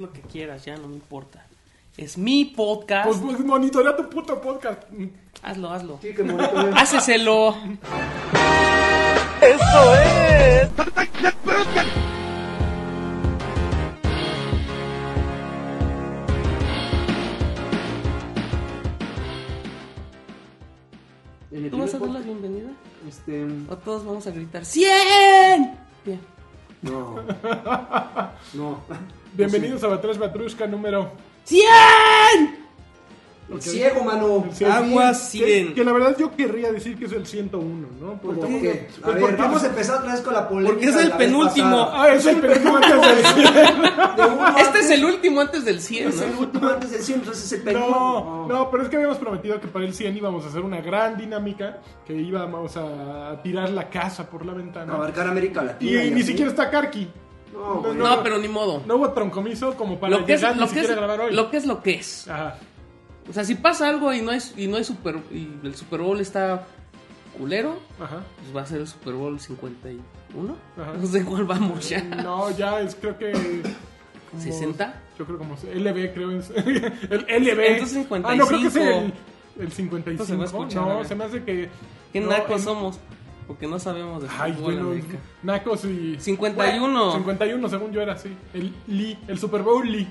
lo que quieras, ya no me importa. Es mi podcast. Pues, pues, monitorea tu puto podcast. Hazlo, hazlo. Sí, que monitorea. Háceselo. Eso es. En el ¿Tú vas a dar primer la bienvenida? podcast, Este. O todos vamos a gritar ¡100! Bien. No. No. Bienvenidos a Batrash Batrushka número. ¡100! El ciego, mano. el 100. Aguas, Que- 100. Que la verdad yo querría decir que es el 101, ¿no? Porque- ¿Por qué? A Pues ver, porque- vamos a empezar otra vez con la polémica. Porque es de el la vez penúltimo. pasada. Ah, es el penúltimo antes del 100. De Ah, uno Este es antes- el último antes del 100, Es el ¿no? último antes del 100, entonces es el penúltimo. No, no, pero es que habíamos prometido que para el 100 íbamos a hacer una gran dinámica, que íbamos a tirar la casa por la ventana. Abarcar América Y, Latina. ni así. siquiera está Karki. No, güey. no, No, pero ni modo. No hubo troncomiso como para Lo que, es, llegar ni lo, que es, siquiera a grabar hoy. lo que es lo que es. Ajá. O sea, si pasa algo y no es, y no es super, y el Super Bowl está culero, Ajá. pues va a ser el Super Bowl 51. Ajá. No sé cuál vamos ya. No, ya es creo que. como- 60. Yo creo como LB, creo. es- el LB. Entonces, 55. Ah, no, creo que es el, el 55. Entonces, se va a escuchar, a no, ver. se me hace que. ¿Qué no, nacos el- somos? Porque no sabemos de Ay, fútbol bueno. América. Nacos y. 51. 51, según yo era así. El Lee, el Super Bowl Lee.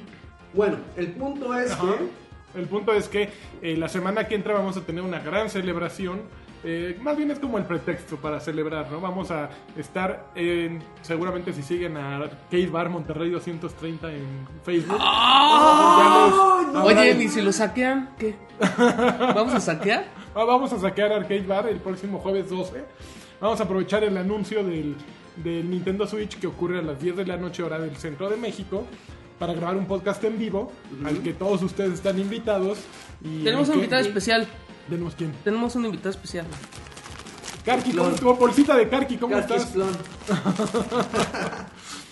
Bueno, el punto es Ajá. que. El punto es que eh, la semana que entra vamos a tener una gran celebración. Eh, más bien es como el pretexto para celebrar, ¿no? Vamos a estar en, seguramente si siguen a Arcade Bar Monterrey 230 en Facebook. Ya les- ¡Ah! Oye, habrán- ¿y si lo saquean? ¿Qué? ¿Vamos a saquear? Ah, vamos a saquear Arcade Bar el próximo jueves 12. Vamos a aprovechar el anuncio del, del Nintendo Switch que ocurre a las 10 de la noche hora del centro de México para grabar un podcast en vivo al que todos ustedes están invitados. Y Tenemos al un que- invitado especial. Tenemos quién. Tenemos un invitado especial. Karki, ¿cómo, Flor. tu bolsita de Karki, ¿cómo Karki estás? Splon.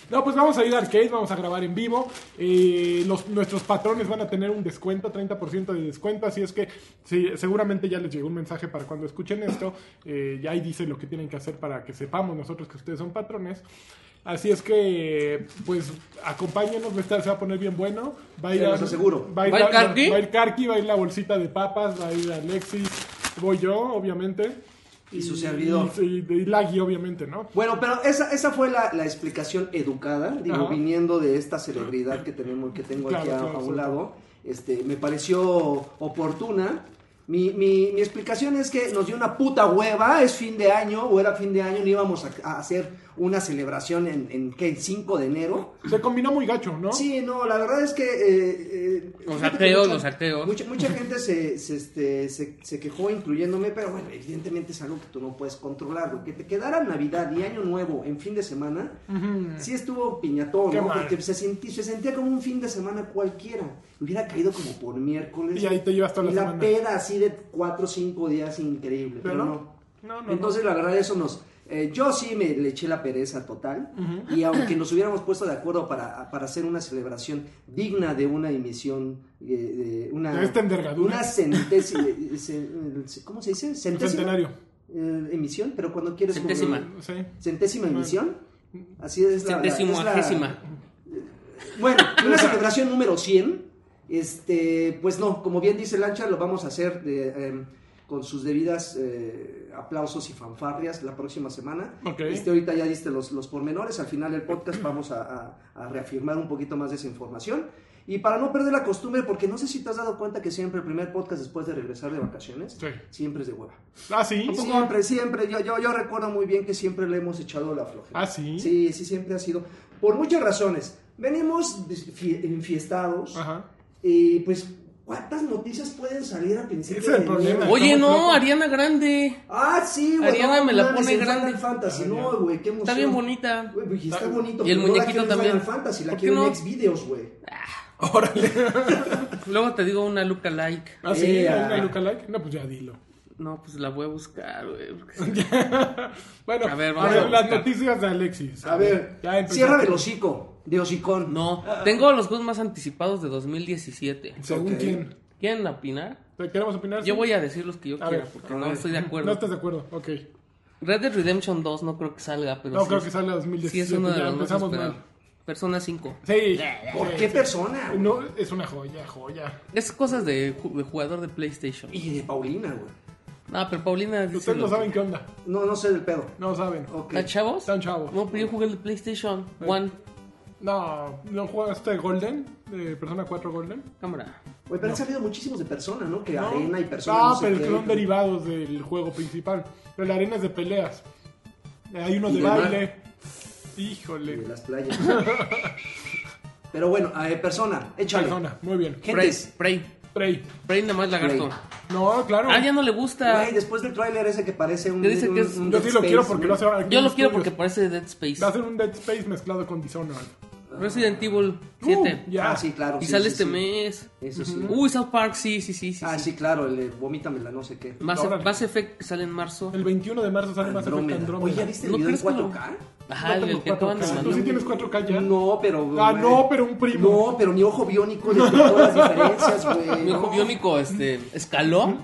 No, pues vamos a ir a Arcade, vamos a grabar en vivo. Eh, los, nuestros patrones van a tener un descuento, 30% de descuento. Así es que sí, seguramente ya les llegó un mensaje para cuando escuchen esto. Eh, ya ahí dice lo que tienen que hacer para que sepamos nosotros que ustedes son patrones. Así es que, pues, acompáñenos, va a estar- se va a poner bien bueno. Va a ir, Se a- los aseguro. Va a ir, ¿Va el la- Karki? va a ir Karki, va a ir la bolsita de papas, va a ir Alexis, voy yo, obviamente. Y su servidor. Y, y, y Lagui, obviamente, ¿no? Bueno, pero esa, esa fue la, la explicación educada, digo, Ajá. viniendo de esta celebridad que tenemos, que tengo aquí Claro, a, claro, a un claro. lado. Este, me pareció oportuna. Mi, mi- mi explicación es que nos dio una puta hueva, es fin de año, o era fin de año, no íbamos a, a hacer una celebración en, en ¿qué? el 5 de enero. Se combinó muy gacho, ¿no? Sí, no, la verdad es que... eh, eh, Los fíjate que ateos, mucha- los ateos. Mucha, mucha gente se, se, este, se- se quejó, incluyéndome, pero bueno, evidentemente es algo que tú no puedes controlar. güey. Que te quedara Navidad y Año Nuevo en fin de semana, Mm. sí estuvo piñatón, Qué ¿no? mal. Porque se, sentí- se sentía como un fin de semana cualquiera. Hubiera caído como por miércoles. Y ahí te llevas toda la Y semana. peda así de 4 o 5 días increíble, pero, Pero no. no. No, no, no. Entonces, la verdad, eso nos... eh, yo sí me le eché la pereza total y aunque nos hubiéramos puesto de acuerdo para, para hacer una celebración digna de una emisión, eh, de una, De esta envergadura. una centésima, ¿cómo se dice? Centésima. Centenario. eh, emisión, pero cuando quieres... Centésima. mover- Sí. Centésima emisión. Así es Este la... la- es la- Centésima. bueno, una celebración número 100. Este, pues no, como bien dice Lancha, lo vamos a hacer de, eh, con sus debidas eh, aplausos y fanfarrias la próxima semana. Ok. Este, ahorita ya diste los, los pormenores, al final del podcast vamos a, a- a reafirmar un poquito más de esa información. Y para no perder la costumbre, porque no sé si te has dado cuenta que siempre el primer podcast después de regresar de vacaciones, Sí. siempre es de hueva. Ah, sí. Siempre, siempre. Yo, yo, yo recuerdo muy bien que siempre le hemos echado la flojera. ¿Ah, sí? Sí, sí, siempre ha sido. Por muchas razones. Venimos desfie- enfiestados Ajá. y pues, ¿cuántas noticias pueden salir a principio Ese es el de enero? problema. Oye, Estamos no, locos. Ariana Grande. Ah, sí, güey. Ariana me la mames, pone en grande. Final Fantasy, Ariana. no, güey, qué emoción. Está bien bonita. Güey, pues, está Está- bonito. y el pero no la muñequito quiero en también. Final Fantasy, la ¿Por qué quiero no? en Xvideos, güey. Luego te digo una Luca like. Ah, sí, Eh, hay una ah. lookalike. No, pues ya dilo. No, pues la voy a buscar, güey. Bueno, A ver, vamos pero a las buscar. noticias de Alexis. A ver, ya empezó. cierra el hocico, de hocicón. No, tengo los juegos más anticipados de 2017. Según Ok. quién. ¿Quieren opinar? ¿Te queremos opinar? Yo sí? voy a decir los que yo A quiera ver, porque a no ver. estoy de No acuerdo. estás de acuerdo. Ok. Red Dead Redemption 2 no creo que salga, pero No sí creo es- que salga sí 2017. es uno de ya los más empezamos mal. esperados. Persona 5. Sí. ¿Por sí, qué sí. persona? güey? No, es una joya, joya. Es cosas de, ju- de jugador de PlayStation. Y de Paulina, güey. Ah, pero Paulina dice Ustedes no lo saben que- qué onda. No, no sé del pedo. No saben. Ok. ¿Ah, chavos? Están chavos. No, pero yo jugué el de PlayStation Eh. One. No, ¿no jugaste Golden? ¿De Persona 4 Golden? Cámara. Güey, pero han salido muchísimos de persona, ¿no? Que arena y persona. No, Ah, sé pero qué. que son derivados del juego principal. Pero la arena es de peleas. Eh, Hay uno Y de de mar. baile. Y de Híjole. las playas. pero bueno, a ver, persona, échale. Persona, muy bien. Prey. Gentes, Prey. Prey. Prey nada más lagarto. Prey. No, claro. Ah, ya no le gusta. güey, después del tráiler ese que parece un. Que dice un- que es- un Yo Dead sí lo quiero Space, porque güey. lo hace Arkane Yo lo quiero Studios. porque parece Dead Space. Va a ser un Dead Space mezclado con Dishonored. Resident Evil 7. Uh, ya. Ah, sí, claro. y sí, sale sí, este sí. mes. Eso sí. Uy, South Park, sí, sí, sí. sí, ah, sí. sí, claro, el de vomítamela, no sé qué. Mass, Órale. Mass Effect que sale en marzo. El 21 de marzo sale más Effect Andrómeda. Oye, Andrómeda. ¿ya viste el ¿No ¿Este video en crees que lo- 4K? Ajá, No el, tengo que acaban de 4K. ¿Tú sí mandar. tienes 4K ya? No, pero. Ah, güey, no, pero un primo. No, pero mi ojo biónico detectó las diferencias, güey. Mi ojo ¿no? biónico este, escaló.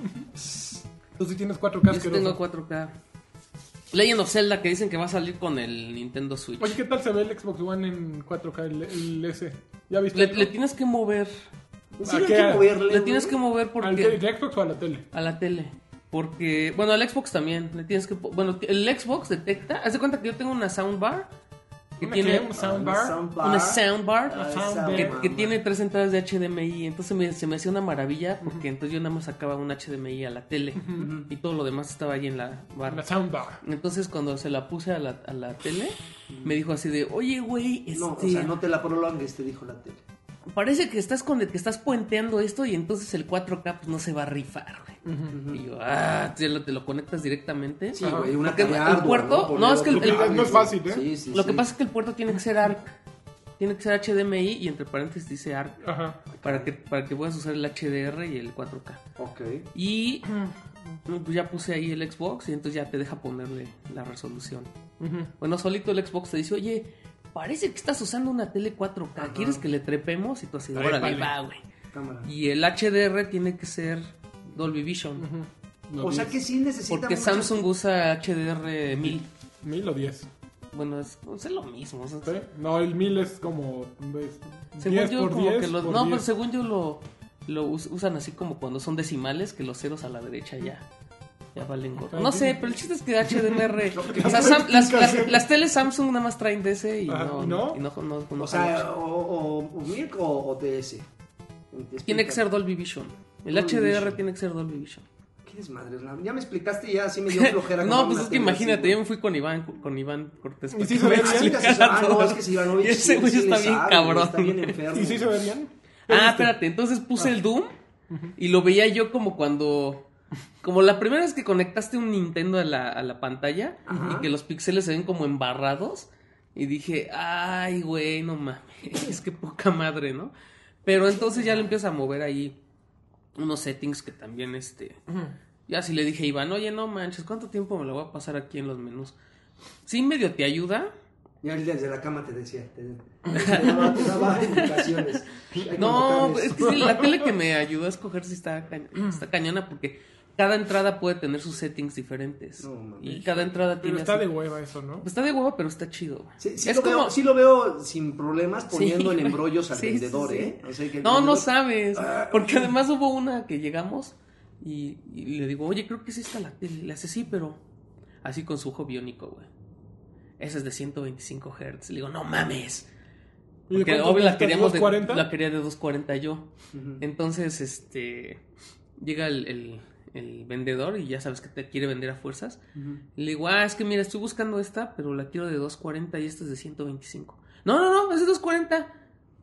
Tú sí tienes 4K Yo sí asqueroso. tengo 4K. Legend of Zelda que dicen que va a salir con el Nintendo Switch. Oye, ¿qué tal se ve el Xbox One en 4K, el, el S? ¿Ya viste? le, algo? le tienes que mover. ¿A Sí, hay qué? que moverle. Le tienes que güey. Ah, mover ¿Al porque. de, de Xbox o a la tele? A la tele. Porque, bueno, al Xbox también. Le tienes que. po- Bueno, el Xbox detecta. Haz de cuenta que yo tengo una soundbar. Que ¿Una tiene. qué? ¿Un soundbar? Soundbar. Una soundbar. Ah, sound esa bar. que, mamá. que tiene tres entradas de HDMI. Entonces me- se me hacía una maravilla. Porque entonces yo nada más sacaba un HDMI a la tele. Y todo lo demás estaba ahí en la barra. La soundbar. Entonces cuando se la puse a la, a la tele, me dijo así de, oye, güey, este, No, o sea, no te la prolongues, te dijo la tele. parece que estás con el que estás puenteando esto y entonces el 4K pues, no se va a rifar, güey. Y yo, ah, te lo, te lo conectas directamente. Sí, Ajá. güey, una Porque tarea el ardua, puerto- Poner no, es que el- otro el- cable, no es güey. fácil, ¿eh? Sí, sí, lo que sí. pasa es que el puerto tiene que ser ARC. Tiene que ser HDMI y entre paréntesis dice ARC Ajá. para que, para que puedas usar el HDR y el 4K. Ok. Y pues, ya puse ahí el Xbox y entonces ya te deja ponerle la resolución. Ujú. Bueno, solito el Xbox te dice, oye, parece que estás usando una tele 4K, ¿quieres que le trepemos? Y tú así, órale, Trépale. va, güey. Cámara. Y el HDR tiene que ser Dolby Vision, Lo O sea diez. que sí necesita porque mucho- Samsung usa HDR 1000. ¿Mil o diez? Bueno, es, pues, es lo mismo. o sea, ¿Sí? No, el mil es como... Es Según 10 yo, por como 10 que los... por No, 10. pero según yo lo, lo us- usan así como cuando son decimales, que los ceros a la derecha ya... Ya valen gorro. No sé, pero el chiste es que HDMR. o sea, Sam- las, las- las teles Samsung nada más traen DC y Ajá, no. ¿y no? y no, no- no jalan. O sea, o, o, o Mirk o, o TS. Explica. Tiene que ser Dolby Vision. El Dolby HDR Vision. tiene que ser Dolby Vision. ¿Qué desmadre? es la- Ya me explicaste y ya así me dio flojera. no, comprar pues una es que tele imagínate, así, yo me fui con Iván, con Iván Cortés. ¿Y para sí que se me ve güey. bien? explicara Ah, no, todo. es que si Ivanovich Y ese sí- güey sí le está bien sabe, cabrón. Está bien enfermo. ¿Y sí se ve bien? Ah, espérate, entonces puse el Doom y lo veía yo como cuando. Como la primera vez que conectaste un Nintendo a la, a la pantalla Ajá. y que los píxeles se ven como embarrados. Y dije, ay, güey, no mames, es que poca madre, ¿no? Pero entonces ya le empiezas a mover ahí unos settings que también este. Ya si le dije a Iván, oye, no manches, ¿cuánto tiempo me lo voy a pasar aquí en los menús? Sí, medio te ayuda. Ya él desde la cama te decía. Te, te daba, te daba indicaciones. Hay que No, pues, es notar eso. que sí, la tele que me ayudó a escoger si está, ca- Mm. está cañona porque cada entrada puede tener sus settings diferentes. No, mames. y cada entrada Pero tiene. está así- de hueva eso, ¿no? Pues está de huevo, pero está chido. Sí, sí es lo como- veo, sí lo veo sin problemas poniendo Sí, en embrollos al sí, sí, vendedor, sí. ¿eh? O sea, que el No, no vendedor- sabes. Ah. Porque además hubo una que llegamos y, y le digo, oye, creo que es esta la tele. Le hace sí, pero así con su ojo biónico, güey. Esa es de 125 Hz. Le digo, no mames. ¿Y de Porque cuánto obvio la necesitas? queríamos de, 240? la quería de 240 yo. Ujú. Entonces, este llega el, el- el vendedor y ya sabes que te quiere vender a fuerzas. Ujú. Le digo, ah, es que mira, estoy buscando esta, pero la quiero de 240 y esta es de 125. No, no, no, es de 240.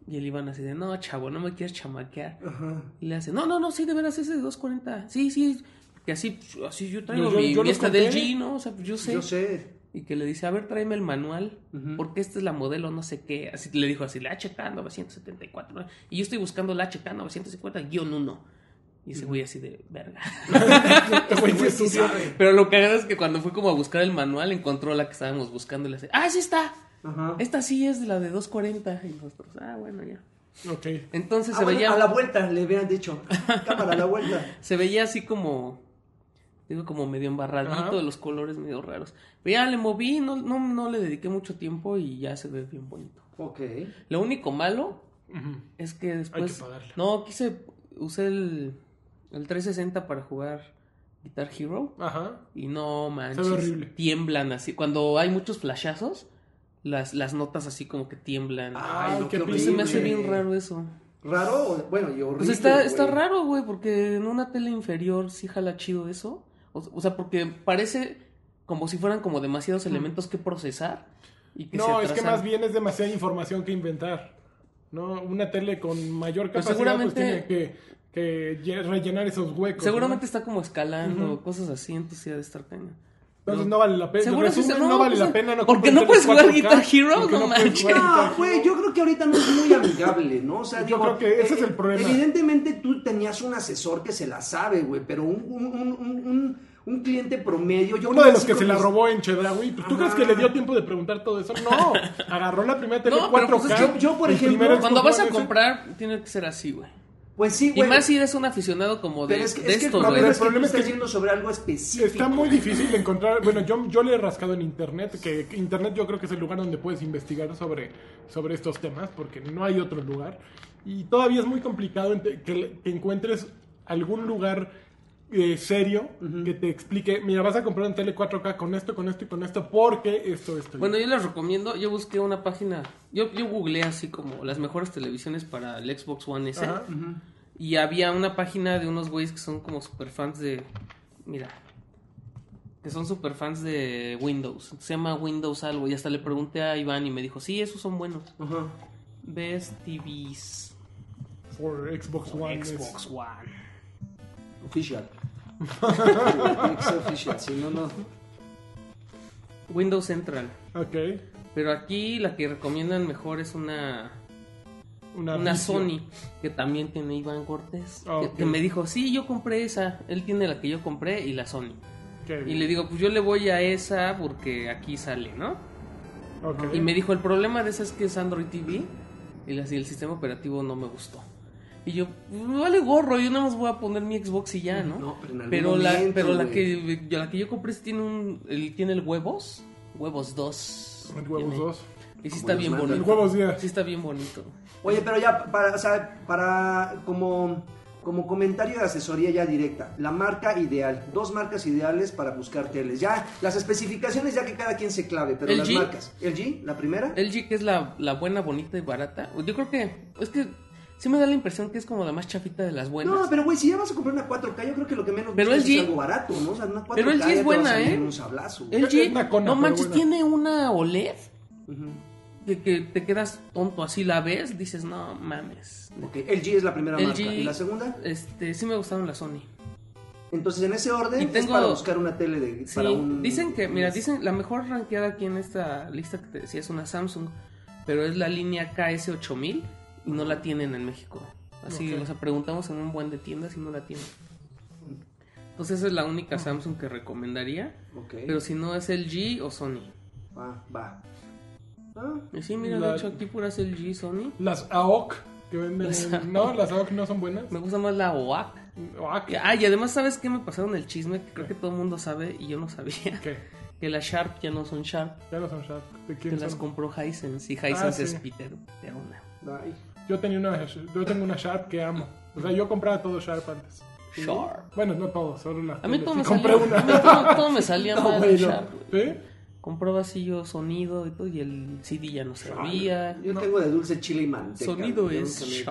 Y el Iván así de, no, chavo, no me quieres chamaquear. Ajá. Y le hace, no, no, no, sí, de veras, es de 240. Sí, sí, que así, así yo traigo Yo- yo- mi, yo mi los esta compré. del G, ¿no? O sea, pues yo sé. Yo sé. Y que le dice, a ver, tráeme el manual, Ujú. porque esta es la modelo no sé qué. Así le dijo así, la HK 974. ¿no? Y yo estoy buscando la HK 950-1. Y ese güey así de verga. Este güey sí estudió. Pero lo cagado es que cuando fue como a buscar el manual, encontró la que estábamos buscando y le dice, ah, sí está. Ajá. Esta sí es de la de 240. Y nosotros, ah, bueno, ya. Ok. Entonces Ah, se bueno, veía A la vuelta, le hubieran dicho. Cámara, a la vuelta. se veía así como digo, como medio embarradito, Ajá. de los colores medio raros. Pero ya le moví, no, no, no le dediqué mucho tiempo y ya se ve bien bonito. Ok. Lo único malo Ujú. es que después... pagarle. no, quise, usé el, el 360 para jugar Guitar Hero Ajá. y no manches, horrible. tiemblan así. Cuando hay muchos flashazos, las, las notas así como que tiemblan. Ay, no, qué Y se me hace Ah, horrible. bien raro eso. Raro, o- bueno, y horrible. Pues está, está güey. raro, güey, porque en una tele inferior sí jala chido eso. O, o sea, porque parece como si fueran como demasiados elementos que procesar. Y que No, se es que atrasan. más bien es demasiada información que inventar. ¿No? Una tele con mayor Pues capacidad pues tiene seguramente- que, que lle- rellenar esos huecos. Seguramente ¿no? está como escalando, cosas así, entonces sí ha de estar cañón. Entonces no vale la pena. Seguro En sí se- resumen, no, no, vale pues, la pena. No porque compres no tele puedes jugar 4K, Guitar Hero, porque no puedes manches. jugar Guitar No, Hero. güey, yo creo que ahorita no es muy amigable, ¿no? O sea, Yo digo, creo que ese eh, es el problema. Evidentemente tú tenías un asesor que se la sabe, güey, pero un, un, un, un- un- un cliente promedio. Yo Uno de los sí que creo se la robó en Chedraui. pues, ¿Tú Ajá. crees que le dio tiempo de preguntar todo eso? No. Agarró la primera tele No, pero 4K. pues es que yo, por el ejemplo, primer Cuando vas a Xbox One S. comprar, tiene que ser así, güey. Pues sí, Y güey. más si eres un aficionado como de, pero es que, de es que el estos, problema güey. es que El problema tú es que- estás yendo sobre algo específico. Está muy difícil encontrar. Bueno, yo, yo le he rascado en internet, que internet yo creo que es el lugar donde puedes investigar sobre, sobre estos temas, porque no hay otro lugar. Y todavía es muy complicado ente- que, le- que encuentres algún lugar eh, serio que te explique, mira, vas a comprar un tele 4K con esto, con esto y con esto, porque esto, esto. y Bueno, yo les recomiendo, yo busqué una página, yo, yo googleé así como las mejores televisiones para el Xbox One S. Ajá. Y había una página de unos güeyes que son como super fans de. Mira. Que son super fans de Windows. Se llama Windows algo. Y hasta le pregunté a Iván y me dijo: Sí, esos son buenos. Ajá. Best TVs. For Xbox One. es- Xbox One. Official. Tiene que ser official, si no, no. Windows Central. Ok. Pero aquí la que recomiendan mejor es una. Una, Una vicio. Sony. Que también tiene Iván Cortés. Ah, que- ok. que me dijo: Sí, yo compré esa. Él tiene la que yo compré y la Sony. Ok. Y le digo: Pues yo le voy a esa porque aquí sale, ¿no? Ok. Y me dijo, el problema de esa es que es Android TV y la- y el sistema operativo no me gustó. Y yo, "Pues, me vale gorro, yo nada más voy a poner mi Xbox y ya, ¿no? No, pero en algún pero la, momento, pero la güey. que yo, la que yo compré sí tiene un el, tiene el huevos, huevos 2. El huevos Tiene. 2. Y sí Como está los bien mandan. bonito. El huevos 10. Sí está bien bonito. Oye, pero ya para, o sea, para como, como comentario de asesoría ya directa, la marca ideal, dos marcas ideales para buscar teles. Ya, las especificaciones ya que cada quien se clave, pero las LG. marcas. LG, la primera. LG que es la, la buena, bonita y barata. Yo creo que es que sí me da la impresión que es como la más chafita de las buenas. No, pero güey, si ya vas a comprar una 4K, yo creo que lo que menos Pero buscas LG es algo barato, ¿no? O sea, una 4K Pero LG ya es te va a buena, salir ¿eh? en un sablazo. güey. LG, Es nacona, no pero manches, buena. tiene una OLED. Ujú. que, que te quedas tonto así la ves, dices, no mames. Ok, LG es la primera LG. marca. ¿Y la segunda? Este, sí me gustaron las Sony. Entonces, en ese orden, Y es tengo- para buscar una tele de... Sí, para un- dicen que, mira, dicen, la mejor rankeada aquí en esta lista que te decía es una Samsung, pero es la línea KS8000 y no la tienen en México. Así, Ok. o sea, preguntamos en un buen de tiendas y no la tienen. Entonces esa es la única Samsung que recomendaría, Ok, pero si no es LG o Sony. va, va. Ah, Y sí, mira, La- de hecho aquí puras LG, Sony. Las AOC que venden. Las en- No, las AOC no son buenas. Me gusta más la OAC. Ah, ¿qué? Ah, y además, ¿sabes qué me pasaron el chisme? Que creo que todo el mundo sabe y yo no sabía. ¿Qué? Que las Sharp ya no son Sharp. Ya no son Sharp. ¿De Que quién las son? Ah, compró Hisense y Hisense sí. es Peter. Pero una. bye. Yo tenía una, yo tengo una Sharp que amo. O sea, yo compraba todo Sharp antes. Sharp. Bueno, no todo, solo las. A mí teles. todo Y me compré salía. a mí una. todo, todo me salía No, mal de bueno. Sharp. güey. ¿Sí? Compraba así yo sonido y todo. Y el CD ya no servía. Yo tengo de dulce chile y manteca. Sonido güey, yo es nunca me-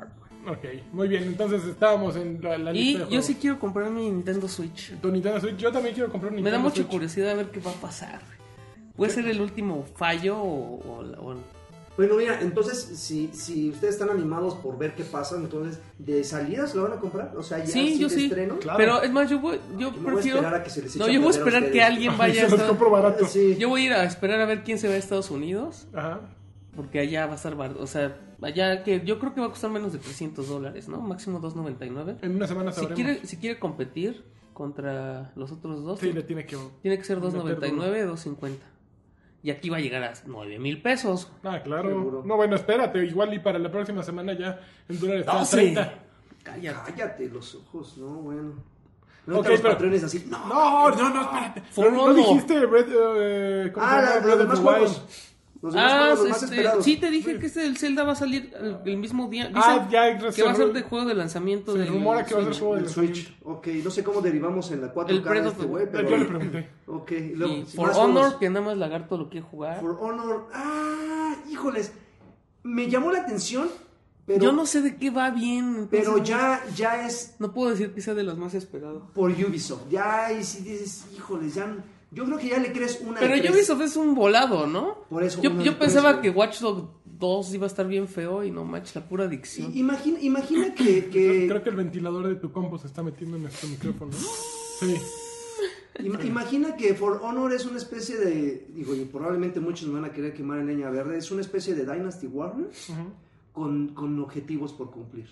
Sharp. Ok, muy bien. Entonces estábamos en la, la Y lista. de yo juegos. sí quiero comprar mi Nintendo Switch. Tu Nintendo Switch, yo también quiero comprar un Me da Nintendo mucha Switch. curiosidad a ver qué va a pasar. Puede ser el último fallo o, o la- o- Bueno, mira, entonces, si, si ustedes están animados por ver qué pasa, entonces, ¿de salidas lo van a comprar? O sea, ya Sí, sí yo de sí. estreno. Claro. Pero es más, yo, voy, yo Yo me voy a prefiero. esperar a que se les eche no, a yo voy a perder a esperar que ustedes. Ah, alguien vaya. a Se los Estados- compro barato. Sí. Yo voy a ir a esperar a ver quién se va a Estados Unidos, Ajá. porque allá va a estar bar- o sea, allá que yo creo que va a costar menos de 300 dólares, ¿no? Máximo 2.99. En una semana Si sabremos. quiere, si quiere competir contra los otros dos, Sí, le tiene que. tiene que ser meter 2.99, 2.50. Y aquí va a llegar a 9 mil pesos. Ah, claro. Seguro. No, bueno, espérate. Igual y para la próxima semana ya el dólar está a Doce. 30. Cállate. Cállate los ojos, no, bueno. No Ok, te los pero- patrones así. No. No, no, no, espérate. For ¿No Honor. dijiste Red, eh, ¿cómo se Ah, llama? la- Red los and demás the Wild. juegos. Pues Los demás Ah, juegos, los más este, esperados. sí, te dije que este del Zelda va a salir el, el mismo día. Dicen Ah, ya, que va a se ser ru- de juego de lanzamiento se del rumora que va a ser Switch. juego El de Switch. Ok, no sé cómo derivamos en la 4K El Breath of este the- güey, pero... Yo le pregunté. Ok, luego... Y si For más Honor, juegos. que nada más Lagarto lo quiere jugar. For Honor... Ah, híjoles. Me llamó la atención, pero... Yo no sé de qué va bien. entonces Pero no- ya, ya es No puedo decir que sea de los más esperados. por Ubisoft. Ya, y si dices, híjoles, ya... Yo creo que ya le crees una Pero de tres. Ubisoft es un volado, ¿no? Por eso Yo, uno yo de tres, pensaba güey. que Watch Dogs 2 iba a estar bien feo y no manches, la pura adicción. I- Imagina, imagina que... que- Creo que el ventilador de tu compo se está metiendo en nuestro micrófono. Sí. Ima- Imagina que For Honor es una especie de, digo, y probablemente muchos me van a querer quemar en leña verde, es una especie de Dynasty Warriors con, con objetivos por cumplir.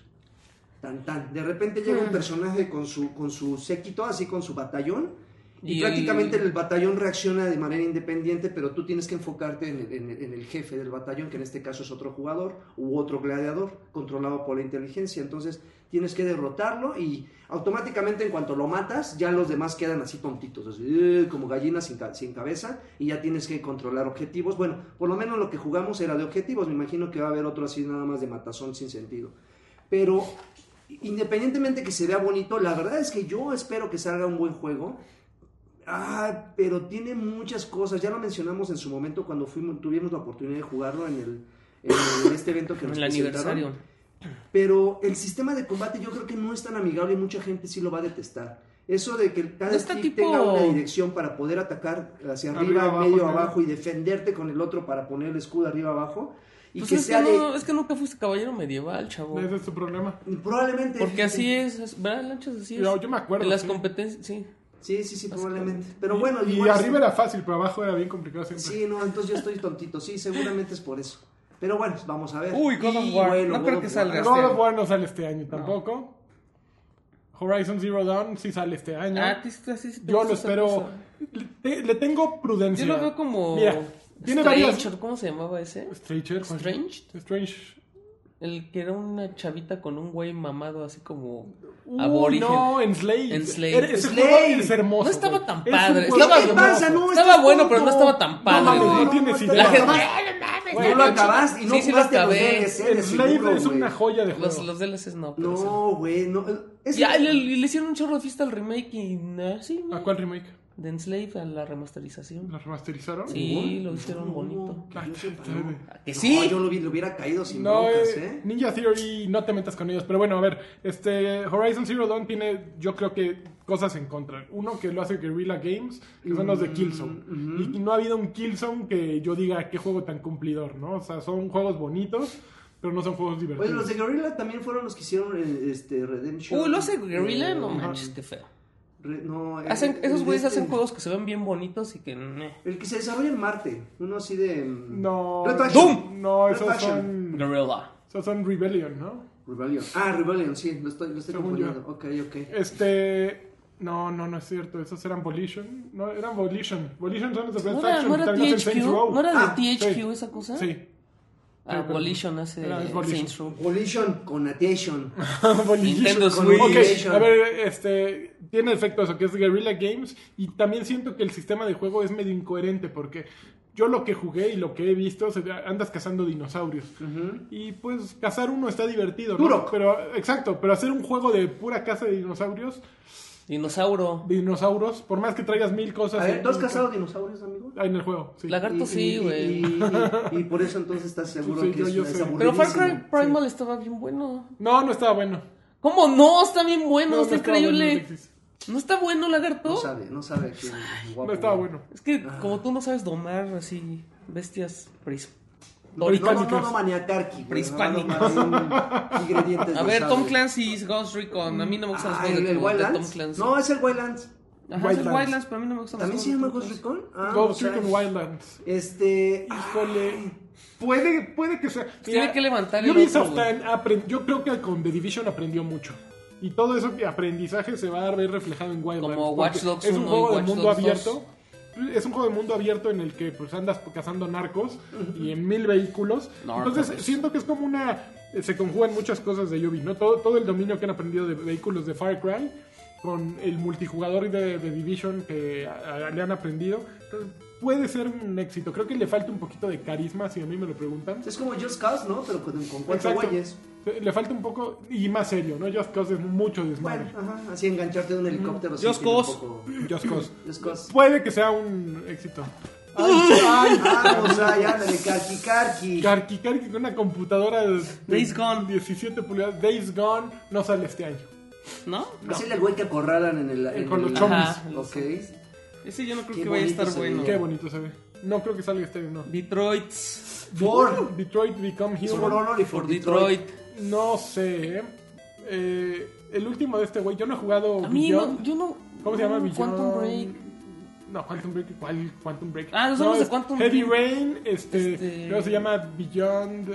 Tan, tan. De repente llega un personaje con su, con su séquito, así con su batallón, y, Y- prácticamente el batallón reacciona de manera independiente, pero tú tienes que enfocarte en el, en el- en el jefe del batallón, que en este caso es otro jugador u otro gladiador, controlado por la inteligencia. Entonces tienes que derrotarlo y automáticamente en cuanto lo matas, ya los demás quedan así tontitos, así, "Eh", como gallinas sin, ca- sin cabeza, y ya tienes que controlar objetivos. Bueno, por lo menos lo que jugamos era de objetivos, me imagino que va a haber otro así nada más de matazón sin sentido. Pero independientemente que se vea bonito, la verdad es que yo espero que salga un buen juego. Ah, pero tiene muchas cosas. Ya lo mencionamos en su momento cuando fuimos, tuvimos la oportunidad de jugarlo en, el, en este evento que En nos el presentaron. aniversario. Pero el sistema de combate yo creo que no es tan amigable y mucha gente sí lo va a detestar. Eso de que cada No está stick tipo- tenga una dirección para poder atacar hacia Arriba, arriba, abajo, medio, ¿no? abajo y defenderte con el otro para poner el escudo arriba, abajo. Y Pues que es, que sea de... no, es que nunca fuiste caballero medieval, chavo. Ese es su problema. Probablemente... Porque así es, es- ¿verdad, Lanchas? Así es. Yo, yo me acuerdo. en las sí. competencias, sí. Sí, sí, sí, probablemente. Pero bueno... y igual- arriba era fácil, pero abajo era bien complicado siempre. Sí, no, entonces yo estoy tontito. Sí, seguramente es por eso. Pero bueno, vamos a ver. Uy, God of Y War. No creo God que of salga. War. God Este of año. War no sale este año tampoco. Horizon Zero Dawn sí sale este año. Ah, ti- ti- ti- ti- Yo esa lo espero. cosa. Le, le tengo prudencia. Yo lo veo como. Mira, tiene Strange, varias. ¿o ¿Cómo se llamaba ese? Stranger, ¿cuál? Strange. Strange. El que era una chavita con un güey mamado así como. Uy, aborigen. Uh, no, Enslaved. Enslaved. Era- ese Enslaved. juego es hermoso. No estaba güey. tan Es un padre, juego estaba- hermoso. ¿Qué pasa? No, Estaba estás bueno, pero no tonto. estaba tan padre, mames, güey. no tienes te idea. lo La gente- acabaste. No lo acabaste y no Sí, sí lo jugaste los acabé. DLC de seguro, Enslaved es güey. una joya de juego. Los, los DLCs no. pero sí. No, güey, no. eh, Es- Ya, le, le hicieron un chorro de fiesta al remake y. nah, sí, no. ¿A cuál remake? De Enslave a la remasterización. ¿Lo remasterizaron? Sí, lo hicieron No, bonito. que yo sepa, no. Ah, ¿A que No, sí? yo lo vi- le hubiera caído sin No, broncas, eh, ¿eh? Ninja Theory, no te metas con ellos. Pero bueno, a ver, este Horizon Zero Dawn tiene, yo creo que cosas en contra. Uno que lo hace Guerrilla Games, que son los de Killzone. Mm, Y no ha habido un Killzone que yo diga qué juego tan cumplidor, ¿no? O sea, son juegos bonitos, pero no son juegos divertidos. Oye, los de Guerrilla también fueron los que hicieron eh, este Redemption. Uy, lo hace Guerrilla, Eh, no manches, qué feo. Re- no, eh, Hacen, el esos de güeyes este- hacen juegos que se ven bien bonitos y que. meh. El que se desarrolla en Marte, uno así de. mm, No, Red Faction. No, Red esos Faction. son, Guerrilla. esos son Rebellion, ¿no? Rebellion. Ah, Rebellion, sí, lo estoy, lo estoy Según confundiendo. Ok, ok. Este. No, no, no es cierto. Esos eran Volition. No, eran Volition. Volition son los de Red ¿No era, Faction. ¿no que era también hacen THQ? Saints Row. ¿No era de Ah, THQ sí. esa cosa? Sí. Ah, pero- Volition hace Era- es eh, Volition. Saints Row. Volition con Attention. Nintendo Con- Switch. Ok, a ver, este, tiene efecto eso, que es Guerrilla Games, y también siento que el sistema de juego es medio incoherente, porque yo lo que jugué y lo que he visto, se- andas cazando dinosaurios. Y pues cazar uno está divertido, ¿no? Turok. Pero, exacto, pero hacer un juego de pura caza de dinosaurios, Dinosauro. dinosaurios, por más que traigas mil cosas A ver, en- ah, ¿tú has cazado dinosaurios, amigo? en el juego, sí. Lagarto Y- sí, y- güey. Y, y- y por eso entonces estás seguro Sí, sí, que yo- es, yo es sé. Pero Far aburridísimo. Cry Primal estaba bien bueno. No, no estaba bueno. ¿Cómo no? Está bien bueno, está estaba bueno, increíble. Alexis. ¿No está bueno, lagarto? No sabe, no sabe quién. guapo, No estaba güey. bueno. Es que ah. como tú no sabes domar así bestias pris- No, no, dóricas. no, no, no maniatarqui, güey. Prehispánicos. No, no, no, ingredientes A no ver, sabe. Tom Clancy's Ghost Recon. A mí no me gustan los Ah, juegos ¿el, de, el como- de Tom Wildlands? Clancy. No, es el Wildlands. Ajá, es el Wildlands. Wildlands, pero a mí no me gustan los ¿También juegos se de llama Tom Ghost Clancy. Recon? Ah, Ghost o sea, Recon Wildlands. Este. Híjole. Puede, puede que sea. Tiene que levantar el Ubisoft otro, güey. ha- apren- Yo creo que con The Division aprendió mucho. Y todo eso que aprendizaje se va a ver reflejado en Wildlands. Como porque Watch Dogs Es un 1 y juego de Watch mundo Dogs abierto. Es un juego de mundo abierto en el que pues andas cazando narcos y en mil vehículos. Narcos. Entonces siento que es como eh, una... Se conjugan muchas cosas de Ubi, ¿no? Todo, todo el dominio que han aprendido de vehículos de Far Cry con el multijugador de, de Division que a- a- le han aprendido. Entonces, puede ser un éxito. Creo que le falta un poquito de carisma, si a mí me lo preguntan. Pues Es como Just Cause, ¿no? Pero con, con cuatro Exacto. Eh, güeyes. Le falta un poco, y más serio, ¿no? Just Cause es mucho desmadre. Bueno, ajá, así engancharte de un helicóptero. sí Just tiene un Cause. poco- Just Cause. Just Cause. Puede que sea un éxito. Ay, ay, vamos ay, ándale, carqui, carqui. Karki Karki con una computadora de Days Gone. 17 pulgadas. Days Gone no sale este año. ¿No? Hacerle al güey que acorralan en el. en Con el- los Ajá. Ok. Ese yo no creo Qué que vaya a bonito estar se bueno. ve. Qué bonito se ve. No creo que salga este año, no. Detroit. For. Detroit Become It's for Human. honor y Por for Detroit. Detroit. No sé. eh, el último de este güey, yo no he jugado. A mí Beyond. no, yo no. ¿Cómo se llama? no, Quantum Beyond? Break. No, Quantum Break. ¿Cuál Quantum Break? Ah, los no, juegos de es Quantum Heavy Break. Rain, este. Este- luego se llama Beyond.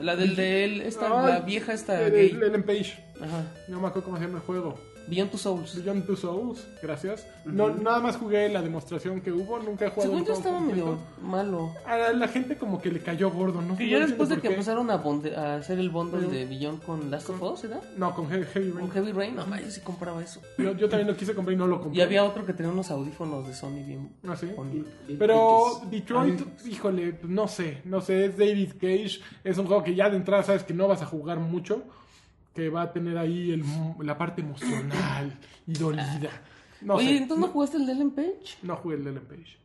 La del de él, esta, Ay, la vieja esta el- gay. el- Ellen Page. Ajá. No me acuerdo cómo se llama el juego. Beyond Two Souls. Beyond Two Souls, gracias. No, nada más jugué la demostración que hubo, nunca he jugado. Según yo el juego estaba completo. medio malo. A la, la gente como que le cayó gordo, ¿no? Que No ya entiendo después de por que qué. empezaron a, bonde- a hacer el bundle Pero- de Beyond con Last of Us, ¿era? No, con He- Heavy Rain. Con Heavy Rain, no, ma, yo sí compraba eso. Yo, yo también lo quise comprar y no lo compré. Y había otro que tenía unos audífonos de Sony bien Ah, ¿sí? bonitos. Pero Detroit, híjole, no sé, no sé, es David Cage, es un juego que ya de entrada sabes que no vas a jugar mucho, que va a tener ahí el mo- la parte emocional y dolida. No Oye, sé, ¿entonces no jugaste el de Ellen Page? no jugué el de Ellen Page.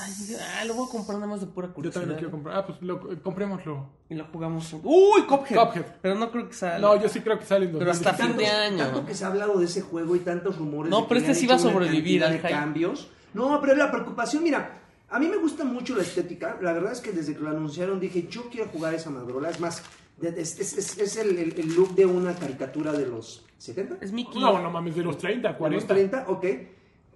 Ay, ah, lo voy a comprar nada más de pura Yo curiosidad. también lo quiero comprar. Ah, pues lo, eh, comprémoslo. Y lo jugamos. juntos. ¡Uy, Cuphead! Cuphead. Pero no creo que salga. No, yo sí creo que sale en Pero hasta 2017. fin de año. Tanto que se ha hablado de ese juego y tantos rumores. No, de que pero le este han sí hecho va a una sobrevivir cantidad al de hype. cambios. No, pero la preocupación, mira, a mí me gusta mucho la estética. La verdad es que desde que lo anunciaron dije, yo quiero jugar esa madrola. Es más, es, es- es- es el, el- el look de una caricatura de los 70. Es Mickey. No, no mames, de los 30, De los 40. 30, ok.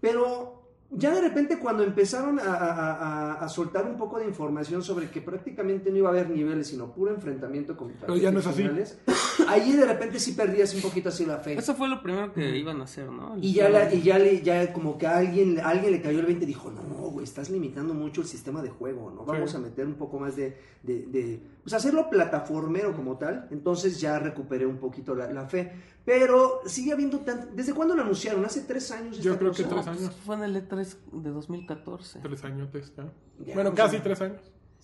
Pero ya de repente cuando empezaron a, a- a- a soltar un poco de información sobre que prácticamente no iba a haber niveles, sino puro enfrentamiento con Pero ya no es así. personales, ahí de repente sí perdías un poquito así la fe. Eso fue lo primero que iban a hacer, ¿no? Y ya, la- y ya, le- ya como que a alguien, a alguien le cayó el 20 y dijo, no, güey, estás limitando mucho el sistema de juego, ¿no? Vamos Sí. a meter un poco más de, de- de- Pues hacerlo plataformero como tal. Entonces ya recuperé un poquito la, la fe. Pero sigue habiendo tan... ¿Desde cuándo lo anunciaron? ¿Hace tres años? Yo esta creo que cosa? tres No, pues, años. fue en el E3 de 2014. Tres añotes, ¿no? Ya, Bueno, o casi sea, tres años.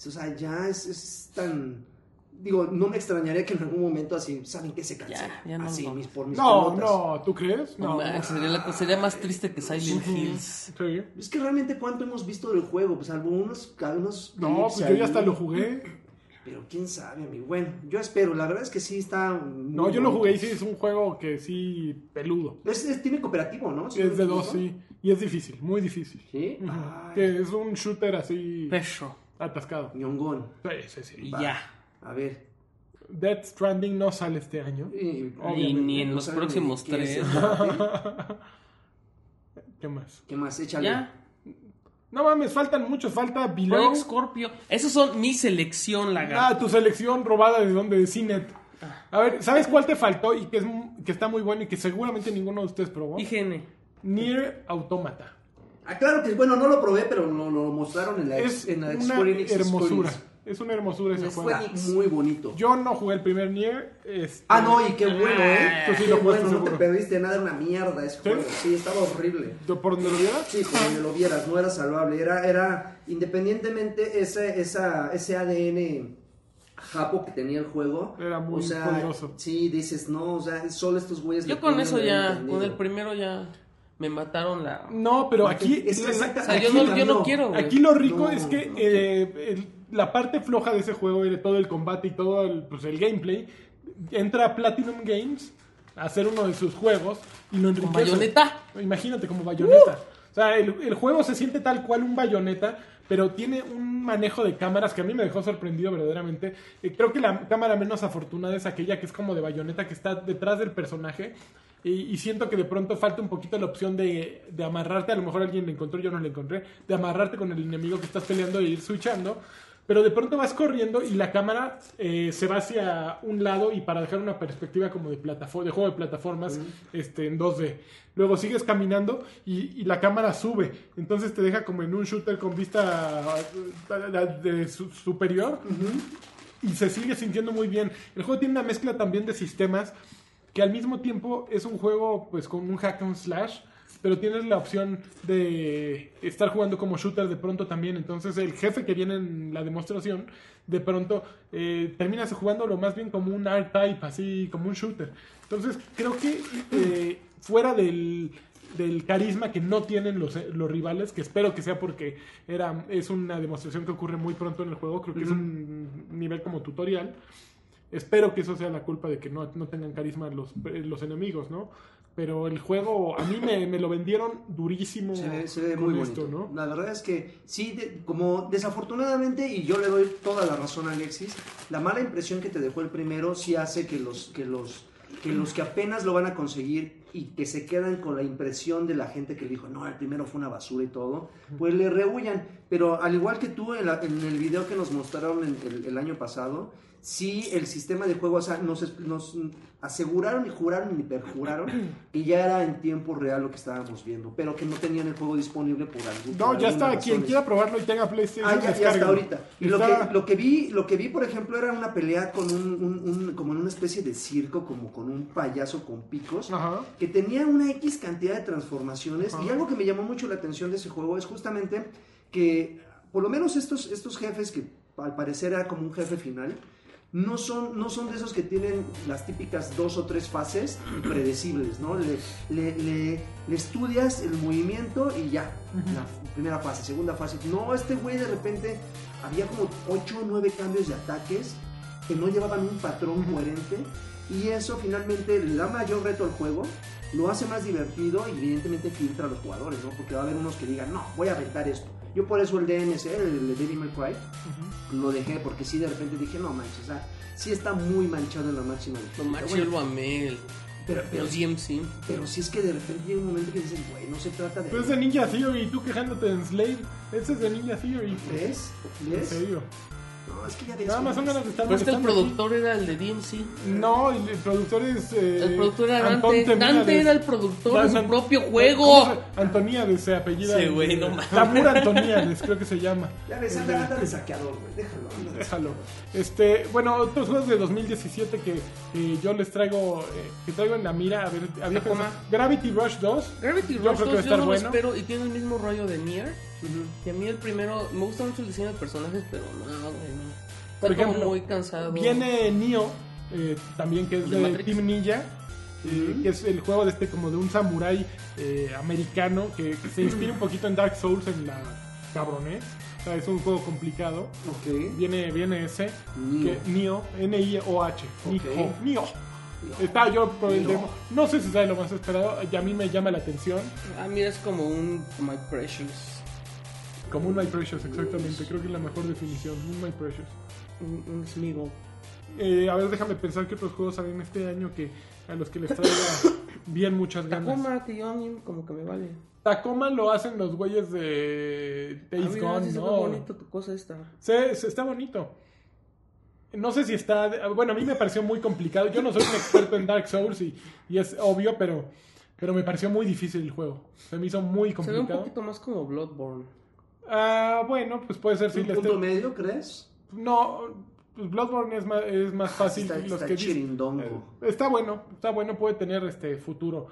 O sea, ya es, es tan... Digo, no me extrañaría que en algún momento así, ¿saben qué se cancela? ya no así, lo- mis, por mis No, pelotas. no, ¿tú crees? No, No. Mm, man, sería, la cosa- sería más triste que Silent Hills. Sí. Es que realmente cuánto hemos visto del juego, pues algunos... algunos No, pues yo ya hasta lo jugué. Pero quién sabe, amigo. Bueno, yo espero. La verdad es que sí está. muy No, yo lo bonito. jugué y sí es un juego que sí peludo. Es, es- tiene cooperativo, ¿no? Es de dos, sí. Y es difícil, muy difícil. Sí. Ujú. Ay, Que es un shooter así Pecho. atascado. ñongón. Pues. Sí, sí, sí. Y Va. ya. A ver. Death Stranding no sale este año. Y, Y ni en no los saben próximos qué es tres. el debate. ¿Qué más? ¿Qué más? Échale. Ya. No mames, faltan muchos. Falta Below. Project Scorpio. Esos son mi selección, la Ah, tu selección robada de donde de Cinet. A ver, ¿sabes cuál te faltó y que, es, mu- que está muy bueno y que seguramente ninguno de ustedes probó? IGN. Nier Automata. Ah, claro que es bueno, no lo probé, pero lo, lo mostraron en la, Es en la una Square Enix hermosura. Square Es una hermosura ese Enix. juego. Está muy bonito. Yo no jugué el primer Nier. este, Ah, no, y qué bueno, ¿eh? Tú sí Qué lo jugaste bueno, no te seguro. perdiste nada, era una mierda ese juego. Sí, estaba horrible. ¿Yo ¿Por donde lo vieras? Sí, por donde lo vieras, no era salvable. Era, era independientemente ese, esa, ese ADN japo que tenía el juego. Era muy o sea, poderoso. Sí, dices, no, o sea, solo estos güeyes. le Yo con ponen eso ya, entendido. con el primero ya me mataron la. No, pero aquí. Es que exacta- O sea, yo aquí no, yo no cambió. quiero, güey. Aquí lo rico No, es que no. eh, el- la parte floja de ese juego, era todo el combate y todo el, pues, el gameplay, entra a Platinum Games a hacer uno de sus juegos y lo enriquece. Bayonetta. Imagínate como bayoneta. O sea, el, el juego se siente tal cual un bayoneta, pero tiene un manejo de cámaras que a mí me dejó sorprendido verdaderamente. Eh, creo que la cámara menos afortunada es aquella que es como de bayoneta, que está detrás del personaje. Y, y siento que de pronto falta un poquito la opción de, de amarrarte. A lo mejor alguien le encontró, yo no le encontré. De amarrarte con el enemigo que estás peleando e ir switchando. Pero de pronto vas corriendo y la cámara eh, se va hacia un lado y para dejar una perspectiva como de plataforma, de juego de plataformas este, en 2D. Luego sigues caminando y, y la cámara sube. Entonces te deja como en un shooter con vista eh, de su- superior y se sigue sintiendo muy bien. El juego tiene una mezcla también de sistemas que al mismo tiempo es un juego pues con un hack and slash, pero tienes la opción de estar jugando como shooter de pronto también. Entonces el jefe que viene en la demostración, de pronto eh, terminas jugándolo más bien como un R-Type, así como un shooter. Entonces creo que eh, fuera del, del carisma que no tienen los, eh, los rivales, que espero que sea porque era, es una demostración que ocurre muy pronto en el juego, creo que es un nivel como tutorial. Espero que eso sea la culpa de que no, no tengan carisma los, eh, los enemigos, ¿no? Pero el juego, a mí me, me lo vendieron durísimo. Se ve, se ve con muy esto, bonito. La verdad es que sí, de- como desafortunadamente, y yo le doy toda la razón a Alexis, la mala impresión que te dejó el primero sí hace que los que los que los que apenas lo van a conseguir y que se quedan con la impresión de la gente que le dijo, no, el primero fue una basura y todo, pues le rehuyan. Pero al igual que tú en, la- en el video que nos mostraron en- el, el año pasado, sí el sistema de juego, o sea, nos, es- nos aseguraron y juraron y perjuraron que ya era en tiempo real lo que estábamos viendo, pero que no tenían el juego disponible por algún No, por ya algunas está. Quien razones. quiera probarlo y tenga PlayStation, Ah, ya, ya está descárguelo. ahorita. Y lo Está- que, lo que vi, lo que vi, por ejemplo, era una pelea con un, un- un- como en una especie de circo, como con un payaso con picos, Ajá. que tenía una X cantidad de transformaciones. Ajá. Y algo que me llamó mucho la atención de ese juego es justamente que, por lo menos estos, estos jefes, que al parecer era como un jefe final, no son, no son de esos que tienen las típicas dos o tres fases predecibles, ¿no? Le, le- le- le estudias el movimiento y ya. La f- primera fase, segunda fase. No, este güey de repente había como 8 o 9 cambios de ataques que no llevaban un patrón Ujú. coherente y eso finalmente le da mayor reto al juego, lo hace más divertido y evidentemente filtra a los jugadores, ¿no? Porque va a haber unos que digan, no, voy a aventar esto. Yo por eso el DMC, el Devil May Cry, lo dejé porque sí de repente dije, no manches, o sea, sí está muy manchado en la máxima. Lo dificultad". macho, yo Bueno, lo amé. el- pero, pero, Los DMC. pero sí es que de repente llega un momento que dices, güey, no se trata de... Pero es de Ninja Theory, tú quejándote de Slade. Ese es de Ninja Theory. ¿Ves? En ¿Ves? serio. No, es que ya ves. Nada más son güey. ganas de estar Pero este el molestando aquí. productor era el de DMC. No, el el productor es. eh, El productor era Antón Dante. Temíades. Dante era el productor de Dan- su Dan- propio ¿Cómo juego. se- Antoníades se apellida. Sí, güey, no mames. Tamura Antoníades, creo que se llama. Ya ves, anda, anda de saqueador, güey, déjalo. anda de Déjalo. Este, bueno, otros juegos de 2017 que, que yo les traigo, eh, que traigo en la mira, a ver, había Ajá. cosas. Gravity Rush 2. Gravity Yo Rush creo 2 que va a yo no estar lo bueno. espero y tiene el mismo rollo de Nier. Y a mí el primero, me gusta mucho el diseño de personajes, pero no, güey, no. Está Por como ejemplo, muy cansado. Viene Neo, eh, también que Ah, es ¿El de de Matrix? Team Ninja. eh, que es el juego de este como de un samurái eh, americano que, que se inspira un poquito en Dark Souls en la cabronés. O sea, es un juego complicado. Ok. Viene, viene ese. Nio. que- Nio. N-I-O-H. Nio. Ok. Nio. Está yo probé el Nio. demo. No sé si sale lo más esperado. Y a mí me llama la atención. Ah, mira, es como un My Precious. Como un My Precious, exactamente. Creo que es la mejor definición. Un My Precious. Un, un Smeagol. Eh, a ver, déjame pensar que otros juegos salen este año que a los que les traiga bien muchas ganas. Tacoma. Tacoma, que yo a mí como que me vale. lo hacen los güeyes de Ah, Days mira, Gone, sí se ve ¿no? bonito tu cosa esta. Se- se- está bonito. No sé si está. Bueno, a mí me pareció muy complicado. Yo no soy un experto en Dark Souls y, y es obvio, pero, pero me pareció muy difícil el juego. Se me hizo muy Se ve un complicado. poquito más como Bloodborne. Ah, bueno, pues puede ser si ¿Un le punto estoy- medio, crees? No, pues Bloodborne es más, es más fácil. Está- los está que dicen. chirindongo. Eh, Está bueno, está bueno, puede tener este futuro.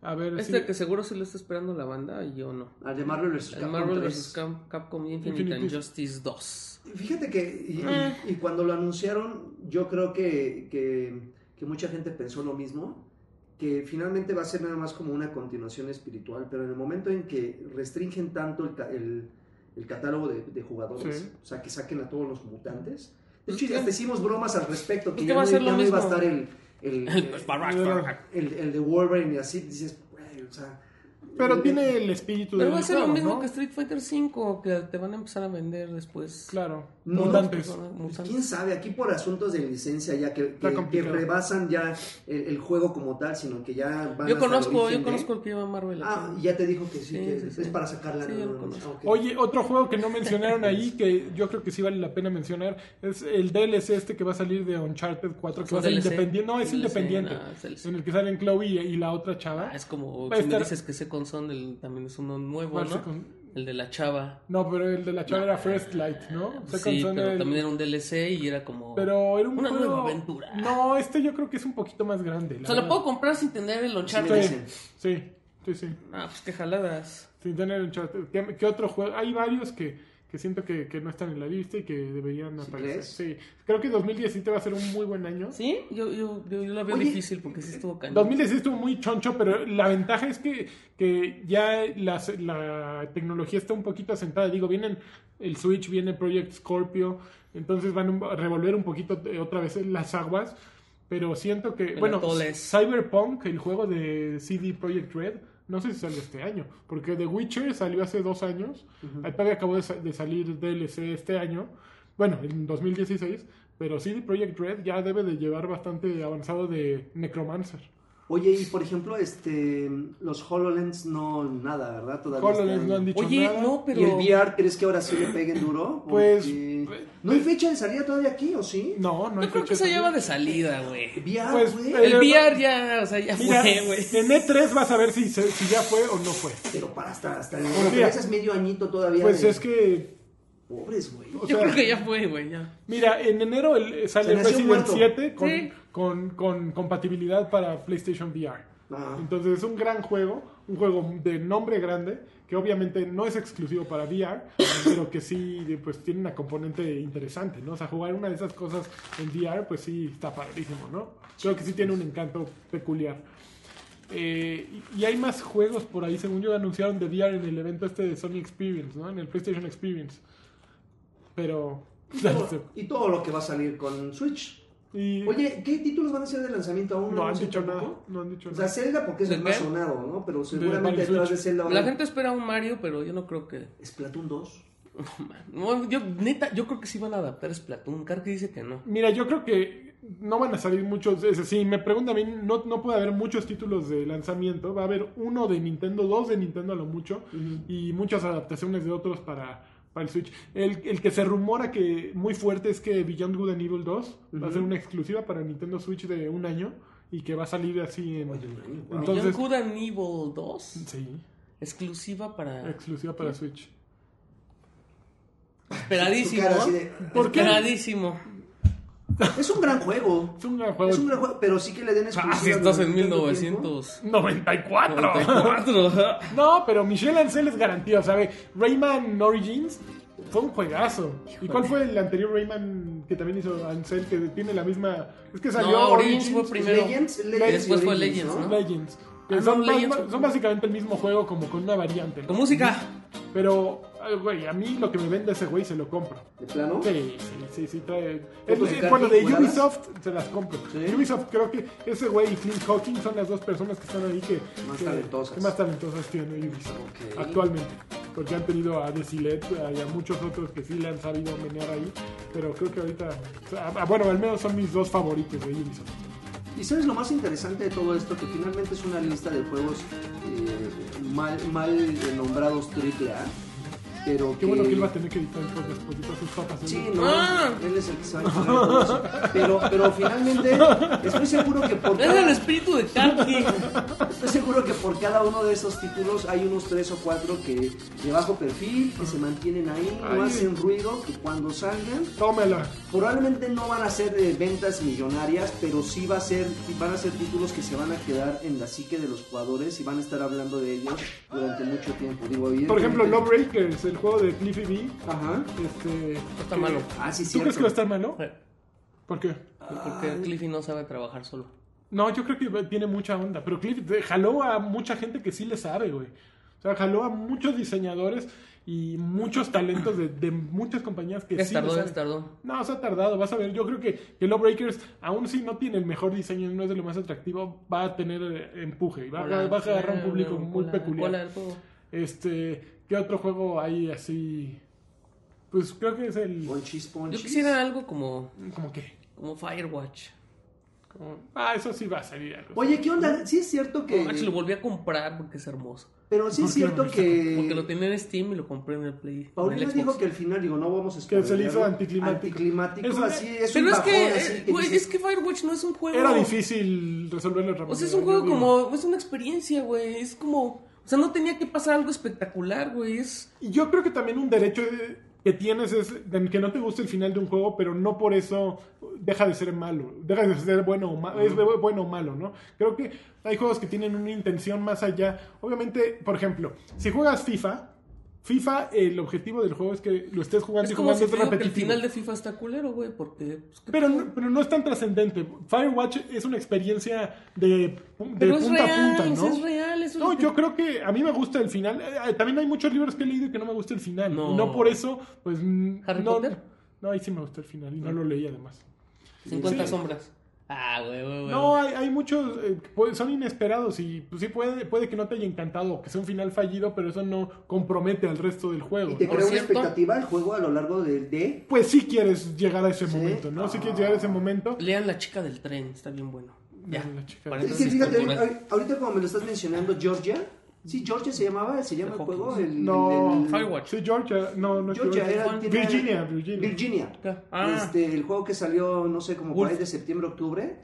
A ver Este si- que seguro sí lo está esperando la banda y yo no. Al de Marvel vs. El Capcom Marvel 3. vs. Cap- Capcom Infinite, Infinity. and Justice 2. Fíjate que, y, Eh. y- y cuando lo anunciaron, yo creo que, que- que mucha gente pensó lo mismo, que finalmente va a ser nada más como una continuación espiritual, pero en el momento en que restringen tanto el, ca- el- el catálogo de, de jugadores, Sí. o sea, que saquen a todos los mutantes, de Pues hecho, ya que- hasta hicimos bromas al respecto, que que ya, va a no, ser ya lo no iba a mismo. estar el, el, el- el de Wolverine y así, dices, "Güey, o sea... Pero tiene el espíritu Pero del va a ser lo juego, mismo ¿no? que Street Fighter 5, que te van a empezar a vender después. Claro, No, mutantes. Personas Pues, mutantes. ¿Quién sabe? Aquí por asuntos de licencia ya que, Está que- complicado. que rebasan ya el, el juego como tal, sino que ya van Yo hasta el conozco, origen yo de- conozco el que lleva Marvel. Ah, acá. y ya te dijo que sí, Sí, que sí, es sí. para sacarla. Sí, de- yo lo ah, conozco. ok. Oye, otro juego que no mencionaron ahí, que yo creo que sí vale la pena mencionar, es el DLC este que va a salir de Uncharted 4, ¿Es que va a un ser DLC? independiente. No, es DLC, independiente. no, es DLC. en el que salen Chloe y, y la otra chava. Ah, es como Va a si me estar- dices que ese console también es uno nuevo, Marcy ¿no? con- El de la chava. No, pero el de la chava era First Light, ¿no? Second Sí, Son pero el- también era un DLC y era como. Pero era un Una juego- nueva aventura. No, este yo creo que es un poquito más grande. la O sea, lo verdad. puedo comprar sin tener el Uncharted. Sí, sí, sí, sí. Ah, pues qué jaladas. Sin tener Uncharted. ¿Qué, qué otro juego? Hay varios que, que siento que, que no están en la lista y que deberían ¿Sí aparecer. crees? Sí. Creo que 2017 va a ser un muy buen año. ¿Sí? Yo, yo, yo, yo lo veo Oye, difícil porque sí estuvo cañón. 2016 estuvo muy choncho, pero la ventaja es que, que ya las- la tecnología está un poquito asentada. Digo, vienen el Switch, viene Project Scorpio, entonces van un- a revolver un poquito eh, otra vez las aguas. Pero siento que, El bueno, atole. Cyberpunk, el juego de CD Projekt Red, no sé si salió este año, porque The Witcher salió hace dos años, todavía acabó de, sa- de salir DLC este año, bueno, en 2016, pero CD Projekt Red ya debe de llevar bastante avanzado de Necromancer. Oye, y por ejemplo, este, los HoloLens no, nada, ¿verdad? Todavía este HoloLens no año. han dicho Oye, nada. no, pero. ¿Y el VR crees que ahora sí le peguen duro? Pues, Porque- pues, ¿No hay fecha de salida todavía aquí o sí? No, no hay Yo creo que fecha se todavía. lleva de salida, güey. VR, Pues, güey. eh, El VR ya, o sea, ya Mira, fue, güey. en E3 vas a ver si, se- si ya fue o no fue. Pero para hasta, hasta el Pues, mira. ese es medio añito todavía. Pues de- es que, pues, Pobres, güey. o Yo sea, creo que ya fue, güey, ya. mira, en enero el- eh, Se sale nació Resident muerto. 7 con, Sí. con- con compatibilidad para PlayStation VR. Ah. Entonces es un gran juego, un juego de nombre grande, que obviamente no es exclusivo para VR, pero que sí de- pues tiene una componente interesante, ¿no? O sea, jugar una de esas cosas en VR, pues sí está padrísimo, ¿no? Creo que sí tiene un encanto peculiar. Eh, y- y hay más juegos por ahí, según yo, anunciaron de VR en el evento este de Sony Experience, ¿no? En el PlayStation Experience. Pero... ya no sé. Y todo lo que va a salir con Switch. Y- Oye, ¿qué títulos van a ser de lanzamiento aún? no han se dicho nada. tampoco? No han dicho O sea, nada. Zelda porque es ¿De el más qué? sonado, ¿no? Pero seguramente para el detrás de Switch. Zelda... La gente espera un Mario, pero yo no creo que. ¿Es Platoon 2? No, man. No, yo, neta, yo creo que sí van a adaptar Splatoon. Karki dice que no. Mira, yo creo que no van a salir muchos. Es decir, si me pregunta a mí, no, no puede haber muchos títulos de lanzamiento. Va a haber uno de Nintendo, dos de Nintendo a lo mucho. Y muchas adaptaciones de otros para, para el Switch. El, el que se rumora que muy fuerte es que Beyond Good and Evil 2 va a ser una exclusiva para Nintendo Switch de un año. Y que va a salir así en. Oye, un año, wow. Entonces... entonces. Young Good and Evil 2, Sí, exclusiva para. exclusiva para Switch. Esperadísimo. Su cara así de- ¿Por qué? Esperadísimo. Es un gran juego. Es un gran juego. Es un gran juego, pero sí que le den Ah, exclusiva. si estás en durante tanto tiempo. 1994. 94. No, pero Michelle Ancel es garantía, ¿sabe? Rayman Origins fue un juegazo. ¿Y cuál fue el anterior Rayman que también hizo Ancel que tiene la misma... Es que salió No, Origins Origins, fue primero. Pues Legends, Legends Y después y fue Origins, Legends, ¿no? Legends. que Ah, son, no, más- Legends. son básicamente el mismo juego como con una variante. ¿no? Con música. Pero, ay, güey, a mí lo que me vende ese güey se lo compro. ¿De plano? Sí, sí, sí, sí, trae... ¿Fotos Es- de es- bueno, de cartas jugadas? Ubisoft se las compro. Sí. Ubisoft creo que ese güey y Clint Hawking son las dos personas que están ahí que... Más que- talentosas. que más talentosas tiene Ubisoft Ok. actualmente. Porque han tenido a Desilet a- y a muchos otros que sí le han sabido menear ahí. Pero creo que ahorita... o sea, ah, bueno, al menos son mis dos favoritos de Ubisoft. Y sabes lo más interesante de todo esto, que finalmente es una lista de juegos eh, mal, mal eh, nombrados AAA, pero Qué bueno que él va a tener que editar el podcast porque todas sus papas... son Sí, de- no, Ah. él es el que sabe jugar todo eso. Pero, pero finalmente, estoy seguro que por Es el cada, espíritu de Karki. estoy seguro que por cada uno de esos títulos hay unos tres o cuatro que de bajo perfil, que se mantienen ahí, no Ay. hacen ruido, que cuando salgan Tómela. Probablemente no van a ser eh, ventas millonarias, pero sí va a ser, sí van a ser títulos que se van a quedar en la psique de los jugadores y van a estar hablando de ellos durante mucho tiempo. Digo, Por ejemplo, evidentemente- Lawbreakers, el juego de Cliffy B. Ajá. Este, Está que- malo. Ah, sí, ¿Tú cierto. crees que va a estar malo? ¿Por qué? Porque Cliffy no sabe trabajar solo. No, yo creo que tiene mucha onda. Pero Cliff de- jaló a mucha gente que sí le sabe, güey. O sea, jaló a muchos diseñadores y muchos talentos de, de muchas compañías que Ya sí tardó, le ya saben. tardó. No, se ha tardado, vas a ver. Yo creo que, que Lawbreakers, aún si no tiene el mejor diseño, no es de lo más atractivo, va a tener eh, empuje y va, va- va a agarrar un público muy Cola, peculiar. cola del juego. Este, ¿qué otro juego hay así? Pues creo que es el... Ponchis, Yo ponchis. quisiera algo como, ¿Cómo qué? como Firewatch. Como- Ah, eso sí va a salir algo. Oye, ¿qué onda? Sí es cierto que... No manches, lo volví a comprar porque es hermoso. Pero sí ¿Por es qué cierto no? que... Porque lo tenía en Steam y lo compré en el Play. en el Paulina Xbox. dijo que al final, digo, no vamos a Que se le spoilearlo. hizo anticlimático. Anticlimático, Es- así es Pero un es bajón, que, así eh, güey, dices, es que Firewatch no es un juego. Era difícil resolverlo rápido. O sea, es un yo juego digo. como. Es una experiencia, güey. Es como O sea, no tenía que pasar algo espectacular, güey. Es... Y yo creo que también un derecho eh, que tienes es de que no te guste el final de un juego, pero no por eso deja de ser malo, deja de ser bueno o malo, es bu- bueno o malo, ¿no? Creo que hay juegos que tienen una intención más allá. Obviamente, por ejemplo, si juegas FIFA, FIFA el objetivo del juego es que lo estés jugando Es y como jugando si es te digo que el repetitivo. final de FIFA está culero, güey, porque... pues, ¿qué Pero no, pero no es tan trascendente. Firewatch es una experiencia de, pu- de Pero es punta real, a punta, ¿no? es real, eso es No, lo que- yo creo que a mí me gusta el final. Eh, eh, También hay muchos libros que he leído que no me gusta el final. No. Y no por eso, pues... mm, ¿Harry no, Potter? No, ahí sí me gusta el final y no lo leí además. 50 Sí. sombras. Ah, güey, güey, güey. No, hay, hay muchos eh, que puede- son inesperados y pues sí puede, puede que no te haya encantado, que sea un final fallido, pero eso no compromete al resto del Y juego. te ¿no? Por crea una cierto- expectativa el juego a lo largo del de. Pues sí quieres llegar a ese Sí. momento, ¿no? Sí quieres Ah. llegar a ese momento. Lean La chica del tren, está bien bueno. Ya. Lean La chica del- Para Es que esas fíjate, culturas. ahor- ahorita como me lo estás mencionando, Georgia. Sí, Georgia se llamaba, se llama el Hawkins. juego. El, No, el- Firewatch. Sí, Georgia, no, no es Georgia Georgia. era. tiene- Virginia, Virginia. Virginia. Ah. Este, el juego que salió, no sé, como por Wolf. ahí de septiembre, octubre.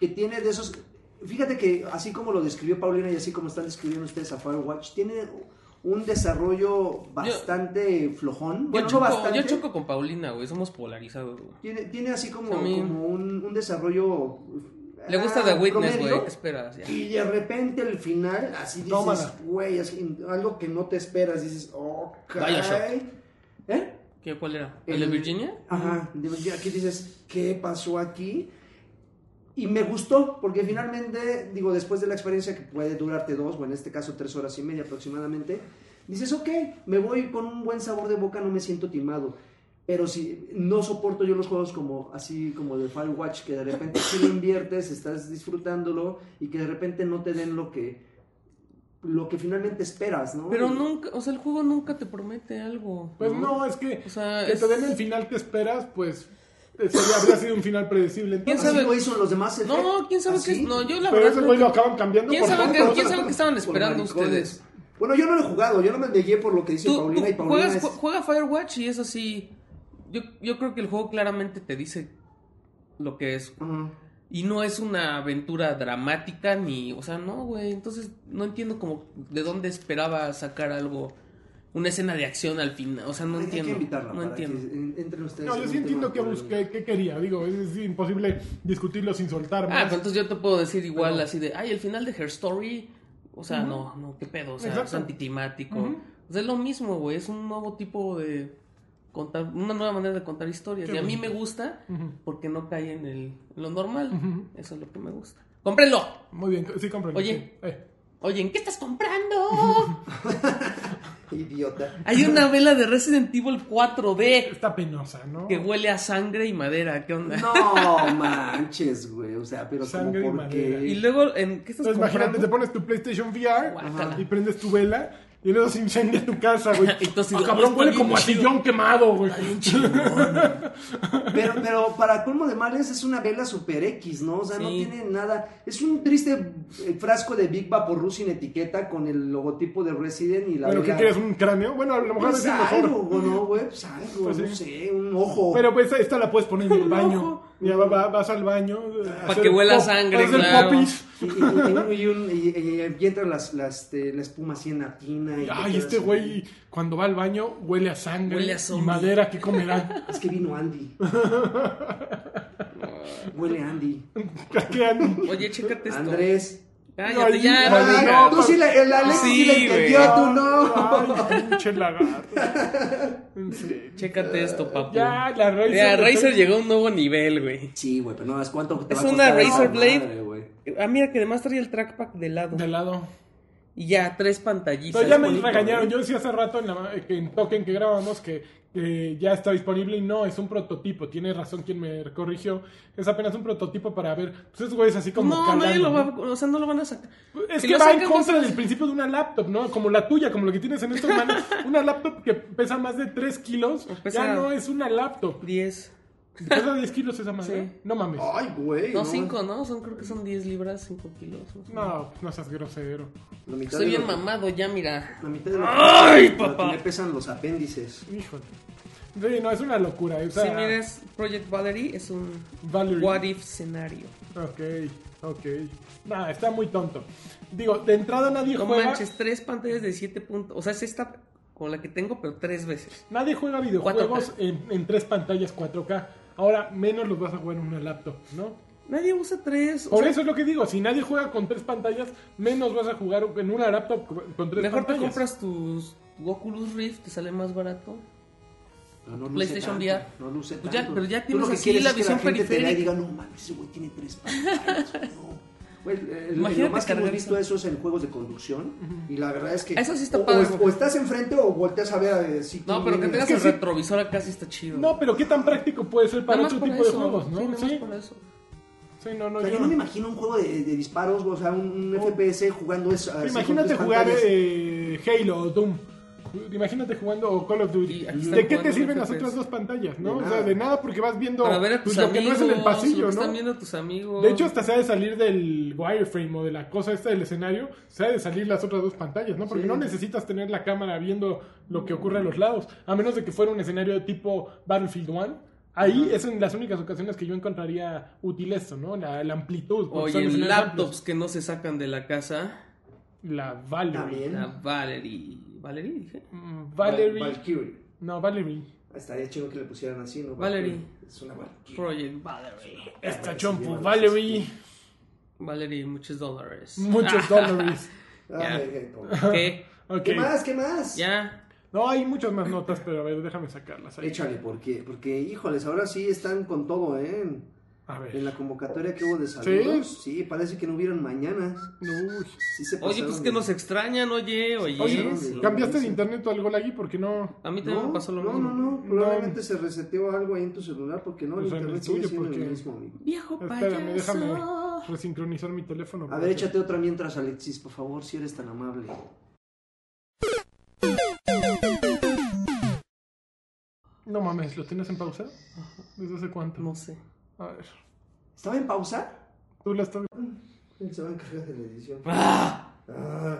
Que tiene de esos. Fíjate que así como lo describió Paulina y así como están describiendo ustedes a Firewatch, tiene un desarrollo bastante flojón. Yo, Bueno, no choco, bastante. yo choco con Paulina, güey, somos polarizados, güey. Tiene, tiene así como, A mí- como un, un desarrollo. Le gusta ah, The Witness, promedio, güey, ¿qué esperas? Ya. Y de repente el final, así dices, Tómala. güey, así, algo que no te esperas, dices, oh, Bioshock. ¿Eh? ¿Qué, ¿Cuál era? ¿El de Virginia? Mm. Ajá, de Virginia. aquí dices, ¿qué pasó aquí? Y me gustó, porque finalmente, digo, después de la experiencia que puede durarte dos, o en este caso tres horas y media aproximadamente, dices, ok, me voy con un buen sabor de boca, no me siento timado. Pero si no soporto yo los juegos como así como de Firewatch, que de repente si lo inviertes, estás disfrutándolo y que de repente no te den lo que lo que finalmente esperas, ¿no? Pero Y- nunca, o sea, el juego nunca te promete algo. Pues no, es que O sea, que es- te den el final que esperas, pues sería, habría sido un final predecible. ¿Quién Entonces, Así sabe? lo hizo los demás. Effect. No, quién sabe qué. Así. No, yo la pero ese verdad. güey lo creo que- acaban cambiando ¿Quién por sabe tonto. qué, quién sabe qué estaban Por eh. esperando maricones. ustedes? Bueno, yo no lo he jugado, yo no me negué por lo que dice Tú, Paulina y tú Paulina. juegas, es- ju- juega Firewatch y es así. Yo, yo creo que el juego claramente te dice lo que es. Ajá. Y no es una aventura dramática ni. O sea, no, güey. Entonces no entiendo como de dónde esperaba sacar algo. Una escena de acción al final. O sea, no Hay- hay que entiendo. invitarla no para entiendo. que en- entren ustedes. No, en yo un sí entiendo tema que por el- busqué, qué quería. Digo, es imposible discutirlo sin soltar. Ah, más. pero entonces yo te puedo decir igual así de, ay, el final de Her Story, o sea, no, no, qué pedo, o sea, Exacto. es anticlimático. O sea, es lo mismo, güey, es un nuevo tipo de contar, una nueva manera de contar historias. Qué y a mí me bonito. gusta Ujú. porque no cae en, el, en lo normal. Ujú. Eso es lo que me gusta. ¡Cómprenlo! Muy bien, sí comprendo. Oye. sí. Eh. Oye, ¿en qué estás comprando? Idiota. Hay una vela de Resident Evil 4D Está penosa, ¿no? que huele a sangre y madera, ¿qué onda? No manches, güey. O sea, pero Sangre y como madera. Y porque. luego, ¿en qué estás Entonces, imagínate, te comprando? pones tu PlayStation VR Guácala. y prendes tu vela y luego se incendia tu casa, güey. Entonces, Ah, digo, cabrón, está huele bien como a chido. sillón quemado, güey. Pero, pero para colmo de males es una vela super X, ¿no? O sea, no Sí. tiene nada. Es un triste eh, frasco de Big Vaporru sin etiqueta con el logotipo de Resident y la Bueno, ¿qué vela. quieres? ¿Un cráneo? Bueno, a lo mejor Pues es el mejor. algo, ¿no, güey? Pues algo, Pues sí. no sé, un ojo. Pero pues esta la puedes poner en el Un baño. Oh. ojo. Ya va- va- vas al baño. eh, Pa' que huela sangre, claro. Y, y- y- y un- y- y- y entra las, las, este, la espuma así en la tina. Y te Ay, quedas este así. güey cuando va al baño huele a sangre Huele a y zombie. madera que comerá. Es que vino Andy. Huele a Andy. ¿A qué han- Oye, chécate esto. Andrés. Cállate, Ay, ya, este no Ah, no digas. digas. tú sí, le- el Alex sí, Sí, le entendió, güey. tú no. Ay, pinche lagarto. En serio. Chécate esto, papu. Eh, Ya, la Razer. Mira, de- Razer llegó a un nuevo nivel, güey. Sí, güey, pero no, ¿es cuánto te Es va a una costar esa Razer Blade. madre, güey? Ah, mira que además trae el trackpad de lado. De lado. Y ya, tres pantallitas. Pero ya me bonito, regañaron. güey. Yo decía hace rato en, la, que en Token que grabamos que, que ya está disponible y no, es un prototipo. Tiene razón quien me corrigió. Es apenas un prototipo para ver. Pues es güey, es así como. No, calando, nadie lo va ¿no? a... O sea, no lo van a sacar. Es Si que lo va en sacan, contra del principio de una laptop, ¿no? Como la tuya, como lo que tienes en estas manos. Una laptop que pesa más de 3 kilos, Pesa- ya no es una laptop. Diez. ¿Pesa 10 kilos esa madre? Sí. Oh. No mames. Ay, güey. No, cinco, ¿no? Son, creo que son diez libras, cinco kilos. o sea. No, no seas grosero. La mitad Estoy de bien lo- mamado ya, mira. La mitad de lo- Ay, lo que papá. me pesan los apéndices. Híjole. Sí, no, es una locura. O sea, Si miras Project Valerie, es un Valerie. What If escenario. Ok. Ok. Nah, está muy tonto. Digo, de entrada nadie No juega. manches, tres pantallas de 7 puntos. O sea, es esta con la que tengo, pero tres veces. Nadie juega videojuegos en, en tres pantallas 4K. Ahora menos los vas a jugar en una laptop, ¿no? Nadie usa tres. o Por sea, eso es lo que digo, si nadie juega con tres pantallas, menos vas a jugar en una laptop con tres mejor te pantallas. compras tus tu Oculus Rift, te sale más barato. Pero Ah, no luce PlayStation tanto, VR. No luce Pues ya, tanto. pero ya Tú tienes lo que así quieres la es que visión gente te vea y periférica. diga, no mames, ese güey tiene tres pantallas. no". Güey, eh, lo Imagínate más que hemos cargar visto eso. eso es en juegos de conducción. Y la verdad es que. Eso sí está o, padre, o- porque- o estás enfrente o volteas a ver a ver si. No, quién pero que viene. tengas que el sí. retrovisor acá sí está chido. No, pero qué tan práctico puede ser para Nada más otro por tipo de eso. juegos, ¿no? Sí, nada más Sí, por eso. sí, no, no, O sea, yo yo no me no. imagino un juego de, de disparos, o sea, un, un FPS jugando eso. así con Imagínate tres jugar pantallas. eh, Halo o Doom. Imagínate jugando o Call of Duty. Y aquí están ¿De qué te jugando sirven las FPS? otras dos pantallas, De no? O sea, nada. de nada porque vas viendo Para ver a tus pues, lo amigos. que no es en el lo pasillo, que Están ¿no? viendo a tus amigos. De hecho, hasta se ha de salir del wireframe o de la cosa esta del escenario, se ha de salir las otras dos pantallas, ¿no? Porque Sí. no necesitas tener la cámara viendo lo que ocurre a los lados, a menos de que fuera un escenario de tipo Battlefield 1. Ahí es en las únicas ocasiones que yo encontraría útil esto, ¿no? La, la amplitud. porque Oye, son en escenarios amplios. laptops que no se sacan de la casa. La Valerie. También. La Valerie. ¿Valerie dije? Mm, Val- Valerie. Valkyrie. no, Valerie. Estaría chido que le pusieran así, ¿no? Valerie. Es una Valkyrie. Project Valerie. Esta sí, chompu, sí. Valerie. Valerie, muchos dólares. Muchos dólares. Ah, Ya. eh, eh, ¿Qué? Ok. ¿Qué más? ¿Qué más? Ya. No, hay muchas más notas, pero a ver, déjame sacarlas. Ahí. Échale, porque, porque, híjoles, ahora sí están con todo, ¿eh? En, A ver. en la convocatoria que hubo de saludos. ¿Sí? parece que no hubieron mañanas. Uy. Sí se Oye, pasaron pues que de- nos extrañan, oye, oye. pues, Oye, sí. ¿cambiaste de internet o algo, Lagui? Porque no. A mí también No, me pasó lo no, mismo. no, no, No. probablemente se reseteó algo ahí en tu celular porque no, el Pues en el internet sigue tuyo, siendo porque- el mismo, amigo. Viejo Espérame, déjame payaso. resincronizar mi teléfono. A ver, échate otra mientras, Alexis, por favor, si eres tan amable. No mames, ¿lo tienes en pausa? ¿Desde hace cuánto? No sé. A ver. ¿Estaba en pausa? Tú la estás. Él se va a encargar de la edición. ¡Ah! Ah,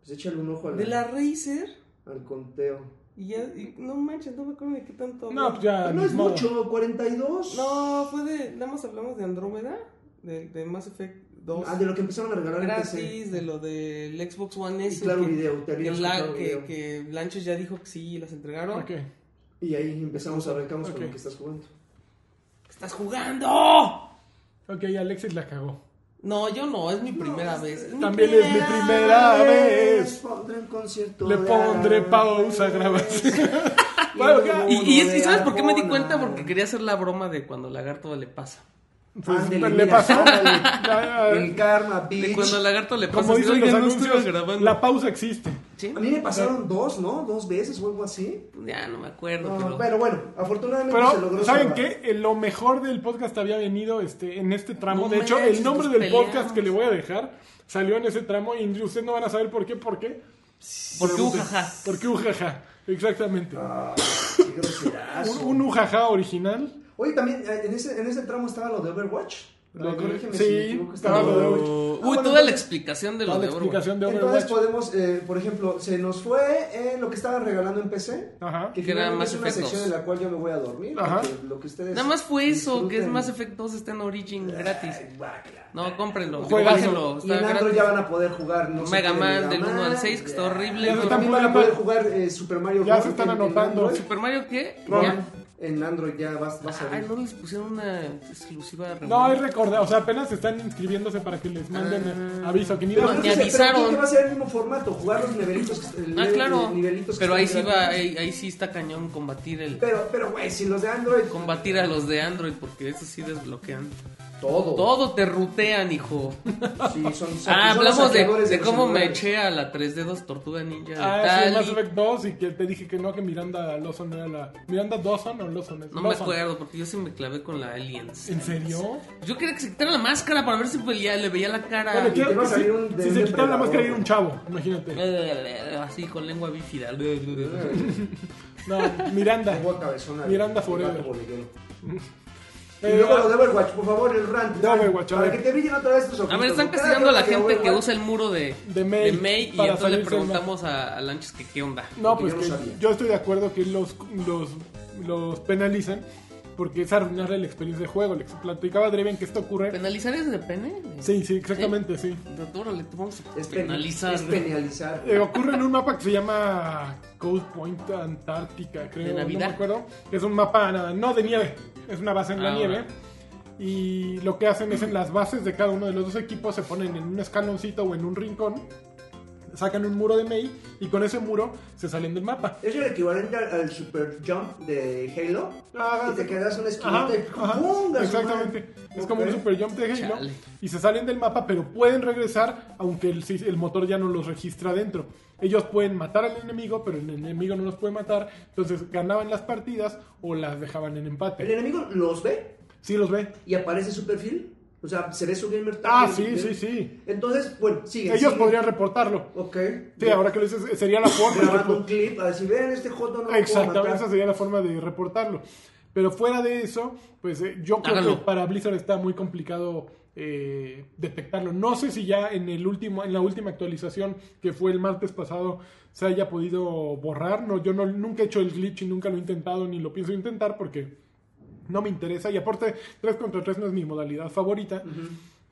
pues échale un ojo al, De la Razer. al conteo. Y ya. y- no manches, no me acuerdo de qué tanto. No, hablamos. pues ya. no ni es modo. mucho, 42. No, fue de. Nada más hablamos de Andrómeda. De, de Mass Effect 2. Ah, de lo que empezaron a regalar en PC. gratis, de lo del Xbox One S. Y claro, que- video, te que, harías la- claro que- video. que Lanchos ya dijo que sí, las entregaron. Ok. Y ahí empezamos, arrancamos Ok. con lo que estás jugando. ¡Estás jugando! Ok, Alexis la cagó. No, yo no, es mi primera vez. Es mi También es mi primera vez. Pondré un concierto. Le de pondré Aragón. pausa a grabación. Y Bueno, luego ya. Y, y es- uno y de ¿sabes por qué me di Arjona. cuenta? Porque quería hacer la broma de cuando al lagarto le pasa. Pues, Ándele, le mira, pasó. ándale. Ya, El karma, bitch. De cuando al lagarto le pasa. Como dicen "Oiga, los no estuve anuncios, grabando. la pausa existe. ¿Sí? A mí me Eh. pasaron dos, ¿no? Dos veces o algo así. Ya no me acuerdo, No, pero... pero bueno, afortunadamente se Pero, logró. ¿saben salvar. qué? Eh, Lo mejor del podcast había venido este, en este tramo. No de hecho, manches, el nombre nos del peleamos. podcast que le voy a dejar salió en ese tramo y ustedes no van a saber por qué, por qué. Porque Pregunten. ujaja. ¿Por qué ujaja? Exactamente. Ah, Qué groserazo. un, un ujaja original. Oye, también eh, en ese, en ese tramo estaba lo de Overwatch. Lo de- Corrígeme sí, si me equivoco, estaba lo de- Uy, Ah, bueno, toda la entonces- explicación de lo Toda la de Overwatch. explicación de Entonces Overwatch. podemos, eh, por ejemplo, se nos fue eh, lo que estaban regalando en PC. Ajá. Que Que era finalmente Mass es una Effect sección 2. en la cual yo me voy a dormir. Ajá. porque Lo que ustedes Nada más fue eso, que es disfruten. Mass Effect 2 está en Origin gratis. Ay, guácala. No, cómprenlo, Juegazo. bájenlo, Y está en Android gratis. ya van a poder jugar no sé Mega qué de Man del uno al Man, seis, que está ya. horrible. Ya Pero también van a también poder jugar eh, Super Mario Ya World se están en- en anotando. eh, Android. ¿Super Mario qué? Roland, Ya. En Android ya vas, vas a Ay, ver. no les pusieron una exclusiva. No, es reunión. recordar, o sea, apenas están inscribiéndose para que les manden Ah, eh, aviso. Que ni Pero me dan- entonces, pero avisaron. creo que va a ser el mismo formato, jugar los nivelitos. que- el Ah, nivel- claro. los nivelitos que Pero ahí sí están va, eh. gratis. ahí, ahí sí está cañón combatir el Pero, pero, güey, si los de Android. combatir a los de Android porque eso sí desbloquean. Todo. Todo te rutean, hijo. Sí, son- son- son Ah, hablamos de, saqueadores de los cómo me celulares. eché a la 3D2 Tortuga Ninja de Ah, sí, Tali. Mass Effect 2 y que te dije que no, que Miranda Lawson era la... ¿Miranda Dawson o Lawson? es? No me Lawson. acuerdo porque yo sí me clavé con la Aliens. ¿En serio? Yo quería que se quitara la máscara para ver si veía- le veía la cara. Bueno, te claro va a que salir sí. un- de si un se quitara la depredador. máscara era un chavo, imagínate. Así con lengua bífida. No, Miranda. Tengo cabezona, Miranda güey, Forever. gato bolillero. Eh, Y luego lo de Overwatch, por favor, el rant. De Overwatch, a Para ver. que te brillen otra vez tus ojos. A ver, están castigando a la gente que usa el muro de, De May y para entonces le salirse del preguntamos a, a Lanchas que qué onda. No, porque pues yo que no sabía. yo estoy de acuerdo que los, los, los penalizan porque es arruinarle la experiencia de juego. Le platicaba a Draven que esto ocurre. ¿Penalizar es de pene? Sí, sí, ¿Eh? exactamente, sí. Órale, te vamos a Es pen- penalizar. Es penalizar. Eh, ocurre en un mapa que se llama Coast Point Antártica, creo. ¿De Navidad? No me acuerdo. Es un mapa, nada, no de nieve. Es una base en la Ah, nieve. ahora. Y lo que hacen es en las bases de cada uno de los dos equipos se ponen en un escaloncito o en un rincón. Sacan un muro de Mei y con ese muro se salen del mapa. Es el equivalente al, al super jump de Halo. Ah, y te quedas una esquinita Ajá, y ajá, ¡pum! exactamente. Es como un Ok. super jump de Halo. Chale. Y se salen del mapa, pero pueden regresar, aunque el, si- el motor ya no los registra dentro. Ellos pueden matar al enemigo, pero el enemigo no los puede matar. Entonces ganaban las partidas o las dejaban en El empate. enemigo los ve Sí, los ve. y aparece su perfil. O sea, se ve su gamer tag. Ah, El- sí, el- sí, sí. Entonces, bueno, sigue. Ellos sigue. podrían reportarlo. Ok. Sí, ahora que lo dices, sería la forma. de Grabando repor- un clip, a ver si ven este joto no lo puedo Exactamente, matar. esa sería la forma de reportarlo. Pero fuera de eso, pues eh, yo creo que Háganlo. para Blizzard está muy complicado eh, detectarlo. No sé si ya en el último, en la última actualización que fue el martes pasado se haya podido borrar. No, yo no, nunca he hecho el glitch y nunca lo he intentado ni lo pienso intentar porque no me interesa. Y aparte, 3 contra 3 no es mi modalidad favorita.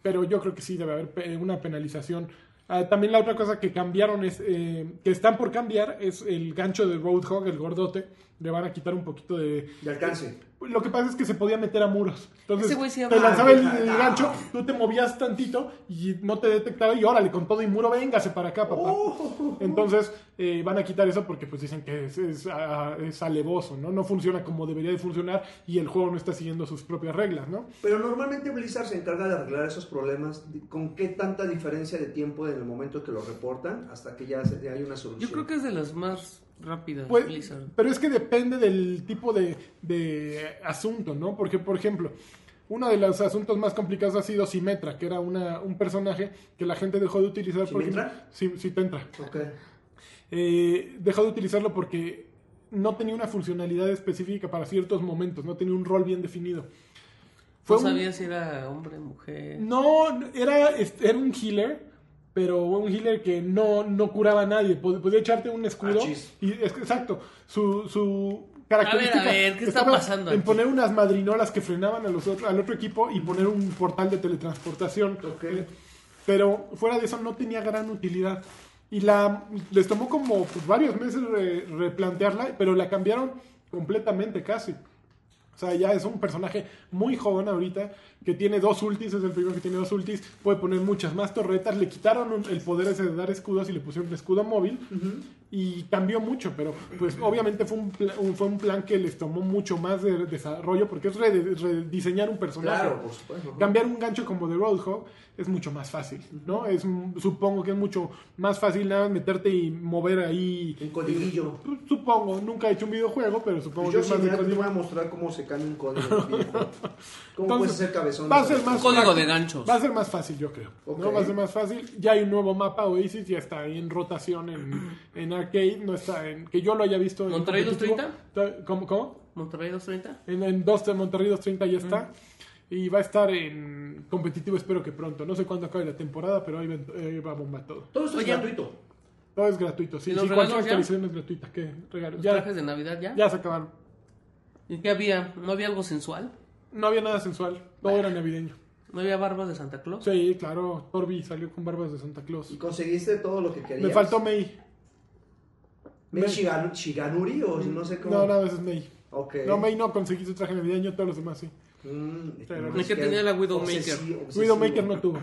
Pero yo creo que sí debe haber pe- eh, una penalización. Ah, también la otra cosa que cambiaron es, eh, que están por cambiar, es el gancho de Roadhog, el gordote. Le van a quitar un poquito de... De alcance. Lo que pasa es que se podía meter a muros. Entonces, Ese güey sí te habla- lanzaba el, Ah, el no. gancho, tú te movías tantito y no te detectaba y órale, con todo y muro, véngase para acá, papá. Oh. Entonces eh, van a quitar eso porque pues dicen que es, es, ah, es alevoso, ¿no? No funciona como debería de funcionar y el juego no está siguiendo sus propias reglas, ¿no? Pero normalmente Blizzard se encarga de arreglar esos problemas. ¿Con qué tanta diferencia de tiempo en el momento que lo reportan hasta que ya se- hay una solución? Yo creo que es de las más rápidas, Pues, Blizzard. pero es que depende del tipo de, de asunto, ¿no? Porque, por ejemplo, uno de los asuntos más complicados ha sido Simetra, que era una, un personaje que la gente dejó de utilizar. porque- ¿Symmetra? Sí, sí, te entra. Ok. eh, dejó de utilizarlo porque no tenía una funcionalidad específica para ciertos momentos, no tenía un rol bien definido. No un- Mm. sabía si era hombre, mujer. no, era, este, era un healer, pero un healer que no, no curaba a nadie. Pod- Podía echarte un escudo. chis. y es que- exacto. Su, su característica. A ver, a ver, ¿qué está estaba pasando En aquí? poner unas madrinolas que frenaban a los otro- al otro equipo y poner un portal de teletransportación. Ok. Eh, Pero fuera de eso no tenía gran utilidad. Y la les tomó como pues, varios meses re- replantearla, pero la cambiaron completamente casi. O sea, ya es un personaje muy joven ahorita, que tiene dos ultis, es el primero que tiene dos ultis, puede poner muchas más torretas, le quitaron un- el poder ese de dar escudos y le pusieron un escudo móvil y cambió mucho, pero pues obviamente fue un, pla- un- fue un plan que les tomó mucho más de desarrollo porque es rede- rediseñar un personaje. Claro, por supuesto. Cambiar un gancho como de Roadhog es mucho más fácil, ¿no? Es, m- supongo que es mucho más fácil nada más meterte y mover ahí. Un codiguillo. Supongo, nunca he hecho un videojuego, pero supongo Pues Yo que es sí, más de mira, te código. voy a mostrar cómo se cambia un código. de videojuego. ¿Cómo Entonces, puedes hacer cabezón? Va a ser más Código práctico. de ganchos. Va a ser más fácil, yo creo. ¿no? Ok. Va a ser más fácil. Ya hay un nuevo mapa Oasis, ya está ahí en rotación en, en arcade. No está en. Que yo lo haya visto en. ¿Monterrey competitivo. ¿Cómo? cómo? Monterrey 230. En, en 2 de Monterrey 230 ya está. Mm. Y va a estar en competitivo, espero que pronto. No sé cuándo acabe la temporada, pero ahí va, ahí va bomba todo. Todo esto es Oye. gratuito. Todo es gratuito. Sí, ¿Y los sí, cualquier regalos ya? actualización es gratuita. ¿Qué regalo? Los Ya, trajes de Navidad ya. ya se acabaron. ¿Y qué había? ¿No había algo sensual? No había nada sensual. Todo era navideño. ¿No había barbas de Santa Claus? Sí, claro. Torbi salió con barbas de Santa Claus. Y conseguiste todo lo que querías. Me faltó May. ¿Ven Shigan- Shiganuri o no sé cómo? No, nada, eso es May. Ok. No, May no conseguí su traje navideño, todos los demás sí. este, Mm, Pero- no Es que sé qué- tenía la Widowmaker. obsesivo, obsesivo. Widowmaker no tuvo.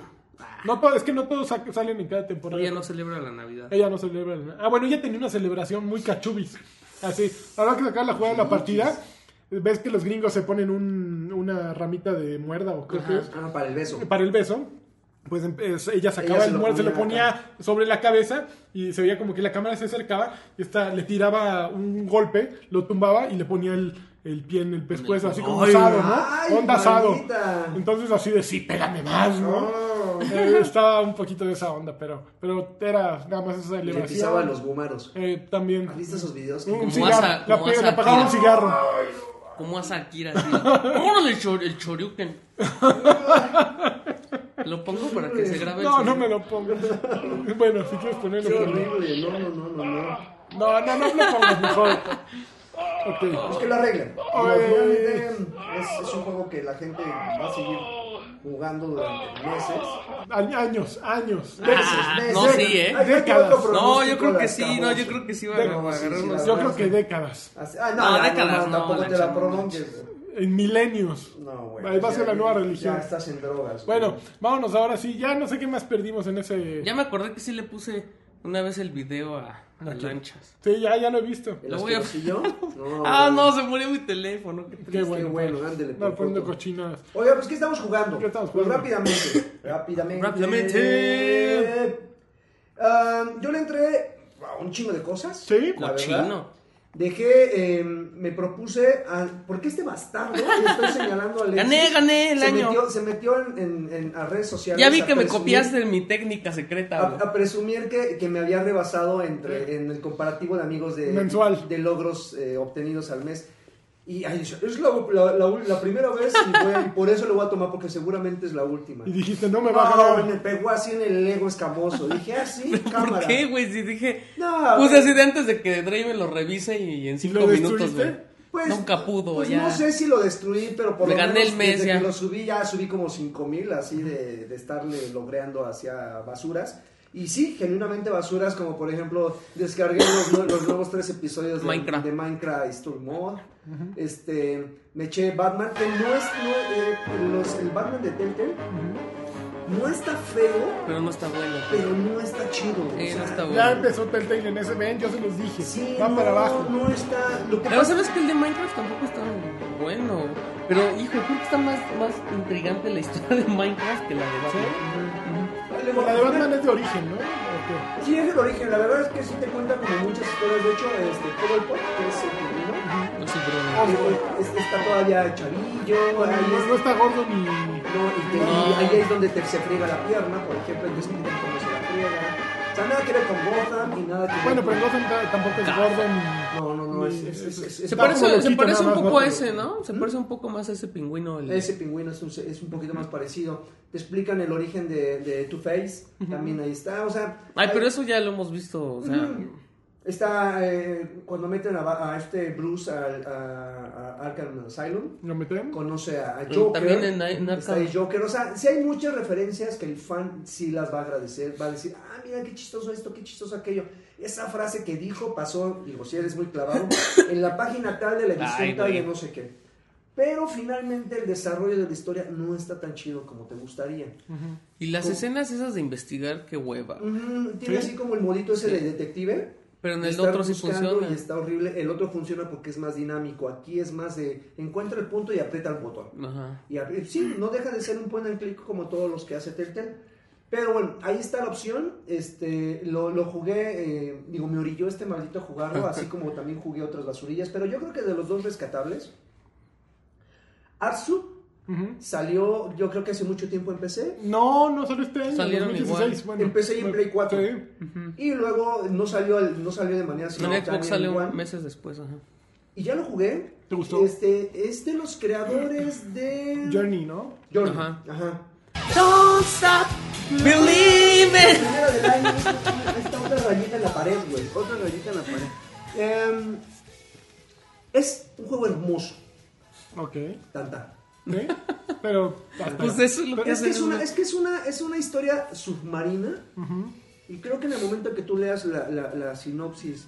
No, to- es que no todos sa- salen en cada temporada. Ah. Ella no celebra la Navidad. Ella no celebra. el- Ah, bueno, ella tenía una celebración muy cachubis. Así, ahora que sacar la jugada de la partida, ves que los gringos se ponen un- una ramita de muerda o creo que Ajá. es, Ah, para el beso. para el beso. Pues em- es- ella sacaba Ella se el lo muerdo, se lo ponía ponía sobre la cabeza y se veía como que la cámara se acercaba y esta le tiraba un golpe, lo tumbaba y le ponía el, el pie en el pescuezo, así como Ay, asado, ¿no? ay, Onda asado. maldita. Entonces así de sí, pégame más, ¿no? No. Eh, estaba un poquito de esa onda, pero, pero era nada más esa Le celebración. pisaba los gumaros. Eh, también. ¿Has visto esos videos? que- Un Como cigarro. asa- la como pe- asa- le apagaba un cigarro. Como a Shakira así. ¡Órale, cho- el choriuken! Lo pongo para que se grabe el No, no sonido. me lo pongas. bueno, si quieres ponerlo. Qué ponlo. horrible. No, no, no, no, no. No, no, no lo pongas mejor. Ok. Pues que lo arreglen. Digo, Ay. finalmente, es, es un juego que la gente va a seguir jugando durante meses. Al- Años, años. Ah, Meses, no, meses. sí, ¿eh? Ay, creo que otro Décadas. No, yo pronóstico creo la que sí, no, acabó. yo creo que sí va a Venga, agarrar sí, sí, unos- la Yo creo que décadas. Así- ah, No, no, ya, no, décadas, no, no, tampoco te Lancha, la no prolongues. En milenios. No, güey. Ahí va a ya- ser la nueva ya- religión. Ya estás en drogas. güey. Bueno, vámonos ahora sí. Ya no sé qué más perdimos en ese. Ya me acordé que sí le puse una vez el video a, a lanchas. Sí, ya, ya lo he visto. ¿El lo voy a- asquerosillo? No, Ah, güey. no, se murió mi teléfono. qué triste. Qué Qué bueno. bueno, pues. ándele, No, por poniendo favor. cochinas. Oiga, pues ¿qué estamos jugando? ¿Qué estamos Pues jugando? rápidamente. rápidamente. Rápidamente. Ah, yo le entré a un chingo de cosas. Sí. la verdad. Cochino. Dejé, eh, me propuse a... ¿Por qué este bastardo? Le estoy señalando a Alexis. Gané, gané el se año. Metió, se metió en, en- en- a redes sociales. Ya vi a que me presumir- copiaste mi técnica secreta. A, güey. a presumir que, que me había rebasado entre, en el comparativo de amigos de, Mensual. de logros eh, obtenidos al mes. Y ay, es es la, la- la- la primera vez y, voy a- y por eso lo voy a tomar porque seguramente es la última. Y dijiste, no me va a No, ganar. me pegó así en el ego escamoso. Dije, ah, sí, cámara. ¿Por qué, güey? Si dije. No, puse güey. así de antes de que Drake me lo revise y en cinco lo minutos, destruiste? güey. Nunca pudo, pues ya. no sé si lo destruí, pero por Le lo gané menos el mes, desde ya. que lo subí ya subí como 5000 así de, de estarle logreando hacia basuras. Y sí, genuinamente basuras, como por ejemplo, descargué los, nue- los nuevos tres episodios de Minecraft. de Minecraft Story Mode. Este, me eché Batman, que no es, no, eh, los- el Batman de Telltale no está feo, Pero no está bueno. pero no está chido. o Eh, no sea, está Ya bueno. empezó Telltale en ese. Ven, yo se los dije. Sí, va no, para abajo. no está. Lo que Pero pasa sabes que el de Minecraft tampoco está bueno. Pero, hijo, creo que está más, más intrigante la historia de Minecraft que la de Batman. Luego, La de Batman es de origen, ¿no? Ok. Sí, es el origen, la verdad es que sí te cuenta como muchas historias. De hecho, este, todo el pop, que es el primero, No sé, pero. este, este, está todavía chavillo, ahí No, no es- está gordo ni. no, y, te- No. y ahí es donde te, se friega la pierna, por ejemplo, y te explican cómo se la friega. O sea, nada que ver con Gotham y nada que ver Bueno, con- pero Gotham ta- tampoco es gordo ni. No, no, no, es... es- es- es- Se está como parece, se loquito, parece nada un más, poco a ¿no? ese, ¿no? Se parece un poco más a ese pingüino. El... ¿Mm? Ese pingüino es un, es un poquito más parecido. Te explican el origen de, de Two-Face, también ahí Mm. está, o sea... Ay, hay- pero eso ya lo hemos visto. O sea, Está eh, cuando meten a, Ba- a este Bruce al a, a Arkham Asylum. ¿Lo meten? Conoce a a Y Joker. Mm, también en- en está Arkham. ahí Joker. O sea, si hay muchas referencias que el fan sí las va a agradecer. Va a decir, ah, mira qué chistoso esto, qué chistoso aquello. Esa frase que dijo pasó, digo, si eres muy clavado, en la página tal de la edición Ay, tal de güey. no sé qué. Pero finalmente el desarrollo de la historia no está tan chido como te gustaría. y las ¿Cómo? escenas esas de investigar, qué Mm. hueva. Ujú, Tiene Sí. así como el modito ese de detective. Pero en de el estar otro sí buscando funciona. Y está horrible. El otro funciona porque es más dinámico. Aquí es más de encuentra el punto y aprieta el botón. Ajá. Y apri- sí, no deja de ser un point and click como todos los que hace Telltale. Pero bueno, ahí está la opción. Este, lo, lo jugué, eh, digo, me orilló este maldito a jugarlo, así como también jugué otras basurillas. Pero yo creo que de los dos rescatables, Arsu Ujú. salió, yo creo que hace mucho tiempo empecé. No, no salió este año. Salieron 2016, igual. bueno. Empecé ahí en Play 4. Sí. Y luego no salió, al- no salió de manera Mm. En simultánea Xbox en sale One. meses después. Ajá. Y ya lo jugué. ¿Te gustó? Este es de los creadores de. Journey, ¿no? Journey. Ajá. Ajá. Don't stop believing. Primera del año. Está otra rayita en la pared, güey. Otra rayita en la pared. Em, es un juego hermoso. Ok. Tanta. ¿Sí? Pero. hasta- Pues eso es lo que Es que es hacen una, los- es que es una, es una historia submarina. Ujú. Y creo que en el momento que tú leas la, la- la sinopsis,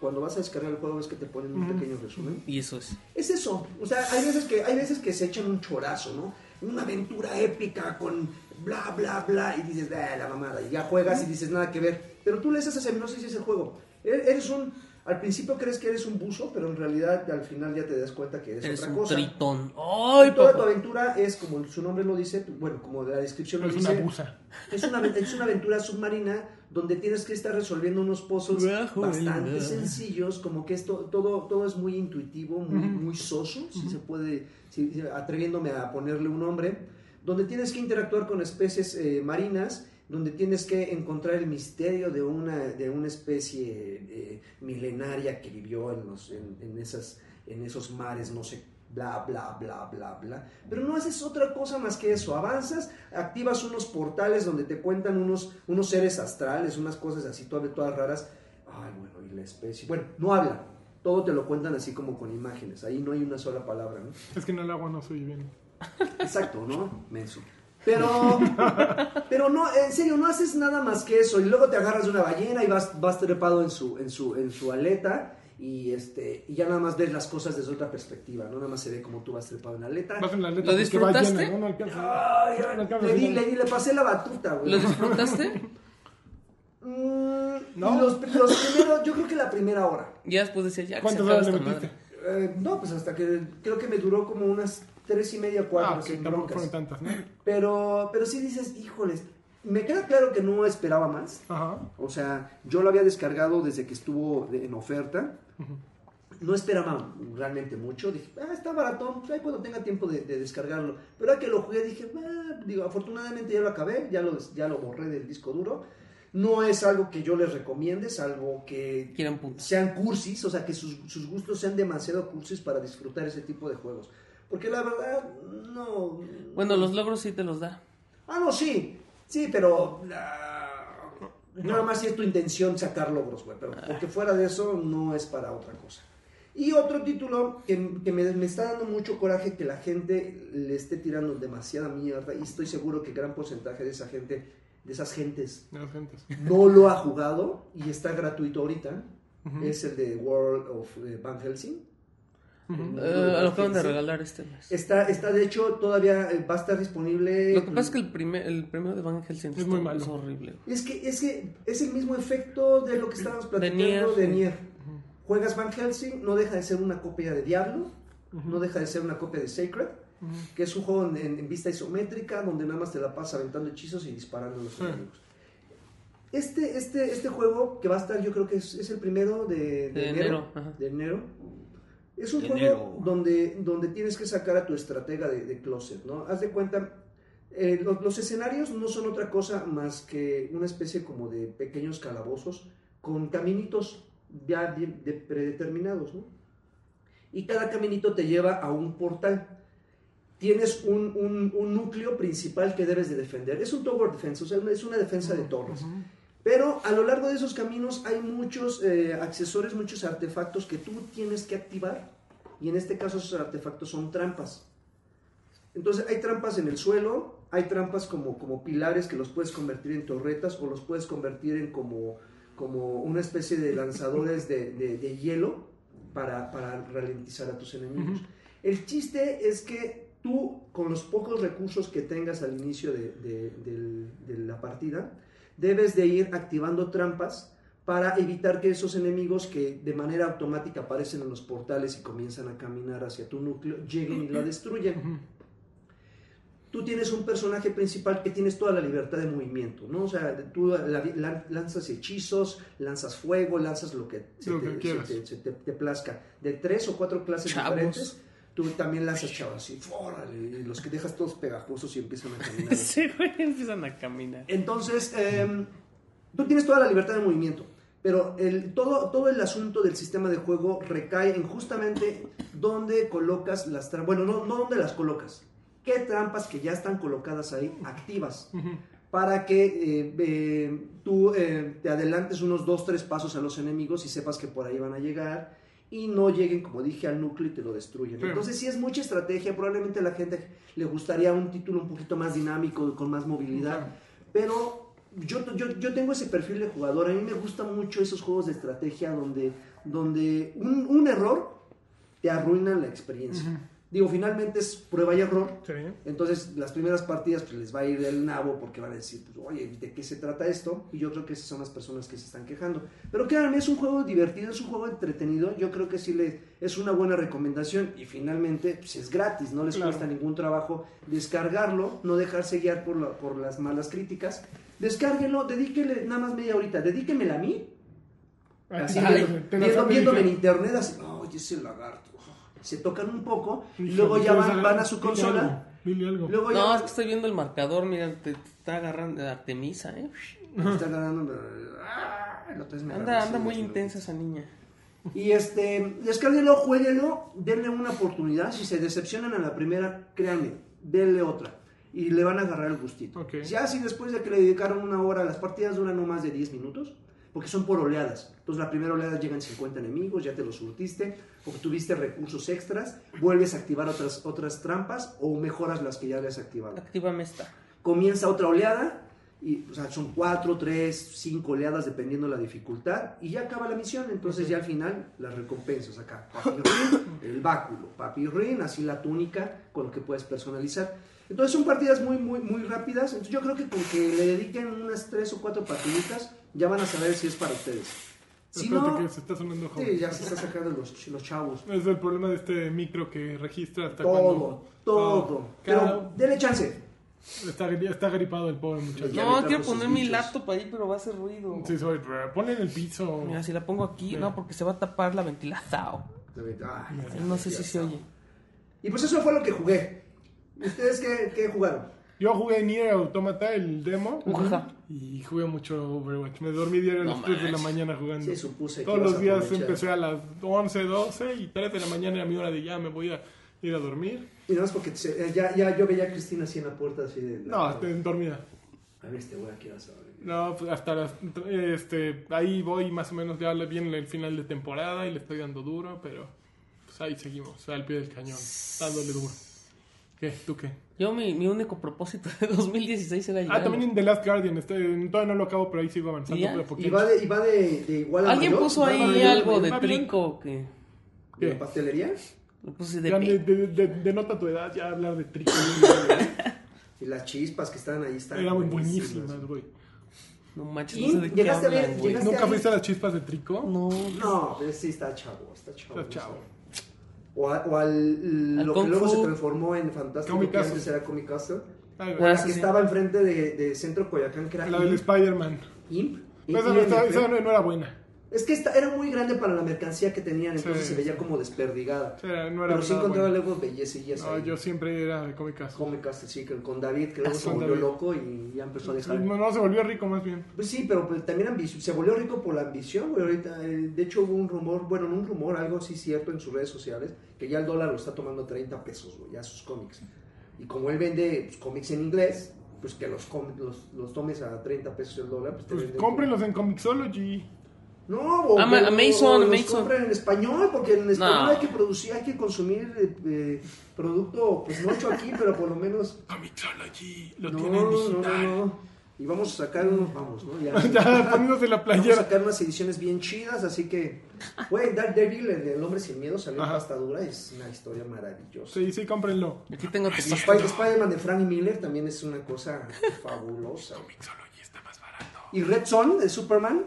cuando vas a descargar el juego, es que te ponen un pequeño resumen. Y eso es. Es eso. O sea, hay veces que, hay veces que se echan un chorazo, ¿no? Una aventura épica con bla, bla, bla. Y dices, "Ah, la mamada. Y ya juegas y dices, nada que ver. Pero tú lees esa seminosis y es el juego. E- Eres un. Al principio crees que eres un buzo, pero en realidad al final ya te das cuenta que eres, Eres otra un cosa. tritón. Y ¡Ay, toda tu papá! aventura es, como su nombre lo dice, bueno, como la descripción Pero lo es dice, una busa. es una, es una aventura submarina donde tienes que estar resolviendo unos pozos Bajo el bastante mar. sencillos, como que esto todo todo es muy intuitivo, muy, muy soso, si se puede, si- si- atreviéndome a ponerle un nombre, donde tienes que interactuar con especies eh, marinas, donde tienes que encontrar el misterio de una de una especie eh, milenaria que vivió en los en, en esas en esos mares, no sé, bla, bla, bla, bla, bla. Pero no haces otra cosa más que eso. Avanzas, activas unos portales donde te cuentan unos, unos seres astrales, unas cosas así todas, todas raras. Ay, bueno, y la especie. Bueno, no habla. todo te lo cuentan así como con imágenes. Ahí no hay una sola palabra, ¿no? Es que en el agua no soy bien. Exacto, ¿no? Menso. Pero, pero no, en serio, no haces nada más que eso. Y luego te agarras de una ballena y vas, vas trepado en su, en su, en su aleta. Y, este, y ya nada más ves las cosas desde otra perspectiva, ¿no? Nada más se ve como tú vas trepado en la aleta. Vas en la ¿Lo aleta porque va disfrutaste? llena, ¿no? No Ah, alcanza. Ay, No alcanza. le, di- le, di- le pasé la batuta, güey. ¿Lo disfrutaste? Mm, ¿No? los, los primeros, yo creo que la primera hora. ya después decía, ya, que se ¿Cuántas acaba horas le esta metiste? madre. Eh, no, pues hasta que creo que me duró como unas tres y media, cuatro, Ah, ok, sin tampoco broncas. fueron tantas, ¿no? Pero, pero sí dices, híjoles, me queda claro que no esperaba más. Ajá. O sea, yo lo había descargado desde que estuvo de- en oferta. No esperaba realmente mucho. Dije, ah, está baratón. Ahí cuando tenga tiempo de, de descargarlo. Pero ahora que lo jugué, dije, "Ah", digo, afortunadamente ya lo acabé. Ya lo, des- ya lo borré del disco duro. No es algo que yo les recomiende, salvo que Quieren puntos. sean cursis, o sea, que sus, sus gustos sean demasiado cursis para disfrutar ese tipo de juegos. Porque la verdad, no. Bueno, los logros sí te los da. Ah, no, sí. Sí, pero. ah, Nada más si es tu intención sacar logros, güey. Pero porque fuera de eso, no es para otra cosa. Y otro título que, que me, me está dando mucho coraje que la gente le esté tirando demasiada mierda. Y estoy seguro que gran porcentaje de esa gente, de esas gentes, De las gentes. no lo ha jugado y está gratuito ahorita. Es el de World of eh, Van Helsing. El mundo de Eh, Van lo acaban de Helsing. regalar este mes. Está, está, de hecho, todavía eh, va a estar disponible. Lo que pasa es que el, primer, el premio de Van Helsing Es está- muy malo. es horrible. güey. Es que, es que es el mismo efecto de lo que estábamos De platicando Nier. de Nier. Juegas Van Helsing, no deja de ser una copia de Diablo, no deja de ser una copia de Sacred, que es un juego en, en- en vista isométrica donde nada más te la pasas aventando hechizos y disparando a los Sí. enemigos. Este, este, este juego que va a estar, yo creo que es, es el primero de, de De enero, enero. ajá. de enero. Es un De juego enero. Donde, donde tienes que sacar a tu estratega de, de closet, ¿no? Haz de cuenta, eh, los, los escenarios no son otra cosa más que una especie como de pequeños calabozos con caminitos ya bien de- predeterminados, ¿no? Y cada caminito te lleva a un portal. Tienes un, un- un núcleo principal que debes de defender. Es un tower defense, o sea, es una defensa de torres. Pero a lo largo de esos caminos hay muchos eh, accesorios, muchos artefactos que tú tienes que activar. Y en este caso esos artefactos son trampas. Entonces hay trampas en el suelo, hay trampas como, como pilares que los puedes convertir en torretas o los puedes convertir en como, como una especie de lanzadores de, de- de hielo para, para ralentizar a tus enemigos. El chiste es que tú, con los pocos recursos que tengas al inicio de, de- del- de la partida, debes de ir activando trampas para evitar que esos enemigos que de manera automática aparecen en los portales y comienzan a caminar hacia tu núcleo lleguen y la destruyan tú tienes un personaje principal que tienes toda la libertad de movimiento, ¿no? O sea, tú la- la- lanzas hechizos, lanzas fuego, lanzas lo que, se Lo te, que se quieras. te- se te- te plazca. De tres o cuatro clases Chavos. diferentes, tú también lanzas chavos así, ¡órale! y los que dejas todos pegajosos y empiezan a caminar. Sí, güey, empiezan a caminar. Entonces, eh, tú tienes toda la libertad de movimiento, pero el, todo, todo el asunto del sistema de juego recae en justamente dónde colocas las trampas. Bueno, no, no dónde las colocas. ¿Qué trampas que ya están colocadas ahí activas? Para que eh, eh, tú eh, te adelantes unos dos, tres pasos a los enemigos y sepas que por ahí van a llegar y no lleguen, como dije, al núcleo y te lo destruyen. Sí. Entonces, sí es mucha estrategia. Probablemente a la gente le gustaría un título un poquito más dinámico, con más movilidad. Pero yo, yo, yo tengo ese perfil de jugador. A mí me gustan mucho esos juegos de estrategia donde, donde un, un error te arruina la experiencia. Digo, finalmente es prueba y error. Sí. Entonces, las primeras partidas pues, les va a ir el nabo porque van a decir, pues, oye, ¿de qué se trata esto? Y yo creo que esas son las personas que se están quejando. Pero créanme, es un juego divertido, es un juego entretenido. Yo creo que sí les, es una buena recomendación. Y finalmente, pues es gratis, no les Claro. cuesta ningún trabajo descargarlo, no dejarse guiar por, la- por las malas críticas. Descárguenlo, dedíquenle nada más media horita, dedíquenmela a mí. Así Ay, viendo- te la viendo- saben viéndome en dirigir. internet, así, oye, ese lagarto. Se tocan un poco, y Hijo, luego ya dile van, algo, van a su dile algo, consola. Dile algo. Luego ya No, es que estoy viendo el marcador, mira, te, te está agarrando Artemisa, ¿eh? Me está ganando. pero, ah, el otro es mi Anda, agarración, anda muy es mi- intensa esa niña. Y este, descárguelo, jueguelo, denle una oportunidad. Si se decepcionan a la primera, créanme, denle otra. Y le van a agarrar el gustito. Ok. Ya si después de que le dedicaron una hora, las partidas duran no más de 10 minutos. porque son por oleadas. Entonces la primera oleada llegan 50 enemigos, ya te los surtiste, obtuviste recursos extras, vuelves a activar otras, otras trampas o mejoras las que ya habías activado. Actívame esta. Comienza otra oleada, y, o sea, son 4, 3, 5 oleadas dependiendo la dificultad y ya acaba la misión. Entonces ya al final las recompensas acá. Papirrin, el báculo, papirrin, así la túnica con lo que puedes personalizar. Entonces son partidas muy, muy, muy rápidas. Entonces yo creo que con que le dediquen unas 3 o 4 partiditas ya van a saber si es para ustedes. Si Espérate no, que se está sonando joven. sí, ya se está sacando los, ch- los chavos. Es el problema de este micro que registra hasta Todo, cuando... Ah, todo. Pero Cada- dele chance. Está, gri- está gripado el pobre muchacho. Ya No, le quiero trajo sus poner mi bichos. laptop ahí, pero va a hacer ruido. Sí, sorry, pero ponle en el piso. Mira, si la pongo aquí, no, porque se va a tapar la ventilación. Ay, No sé si se oye. Y pues eso fue lo que jugué. ¿Ustedes qué, qué jugaron? Yo jugué Nier Automata, el demo. Ujaja. Y jugué mucho Overwatch. Me dormí diario a las No 3 de la manches. mañana jugando. Sí, supuse que Todos ibas los a días aprovechar. empecé a las 11, 12 y 3 de la mañana era mi hora de ya, me voy a ir a dormir. Y nada más porque se- eh, ya, ya yo veía a Cristina así en la puerta, así de. "Ah, No, este, dormida. A ver, este güey aquí va a saber. No, pues hasta las... Este, ahí voy más o menos ya viene el final de temporada y le estoy dando duro, pero pues ahí seguimos, al pie del cañón, dándole duro. ¿Qué? ¿Tú qué? Yo, mi, mi único propósito de 2016 era llegar. Ah, también en The Last Guardian, estoy, todavía no lo acabo, pero ahí sigo avanzando. ¿Y ya? de a poquito. Y va de, y va de, de igual a Alguien mayor, puso va ahí mayor, algo de va bien. trico que. ¿De ¿Qué? la pastelería? Lo puse de. Ya pe- de- de- de- denota tu edad ya hablar de trigo. Y las chispas que estaban ahí estaban. Eran buenísimas, güey. No manches, ¿Y? no sé de qué ¿Llegaste a ver- hablan, güey. llegaste- ¿Nunca fuiste a las chispas de trico? No. No, pero sí está chavo, está chavo. Estás chavo. O, a- o al. Al lo Kung que luego Fu. se transformó en Fantástico, Comic que Castle. antes era Comic Castle. Ay, güey. Bueno, La Ah, sí, que sí. estaba enfrente de, de Centro Coyacán, que era La del Imp. Spider-Man. Imp. Pero Esa Imp, no, estaba- IMP. esa no no era buena. Es que esta- era muy grande para la mercancía que tenían, entonces Sí. se veía como desperdigada. O sea, no era Pero sí nada encontraba buena. luego bellecerías No, ahí. yo siempre era de Comic Castle. Comic Castle Chicken con David, que luego se Con volvió David. loco y ya empezó a dejar. No, no, se volvió rico más bien. Pues sí, pero pues, también ambici- se volvió rico por la ambición, güey. Ahorita, eh, de hecho, hubo un rumor, bueno, no un rumor, algo así cierto en sus redes sociales, que ya el dólar lo está tomando 30 pesos, güey, ya sus cómics. Y como él vende pues, cómics en inglés, pues que los, com- los, los tomes a 30 pesos el dólar, pues te Pues venden- cómpenlos en Comixology. No, o, Ama- o- o Amazon, los Amazon. compran en español, porque en español No. hay que producir, hay que consumir eh, eh, producto, pues no hecho aquí, pero por lo menos... Comixology, lo no, tienen no, digital. no, no. Y vamos a sacar unos, vamos, ¿no? Ya. ya, poniéndose la Vamos a playera. sacar unas ediciones bien chidas, así que... Güey, Dark Devil, el del Hombre Sin Miedo, salió en Ajá. pastadura, es una historia maravillosa. Sí, sí, cómprenlo. Aquí tengo tu Sp- Spider-Man de Frank Miller también es una cosa fabulosa. Comixology está más barato. ¿Y Red Son, de Superman?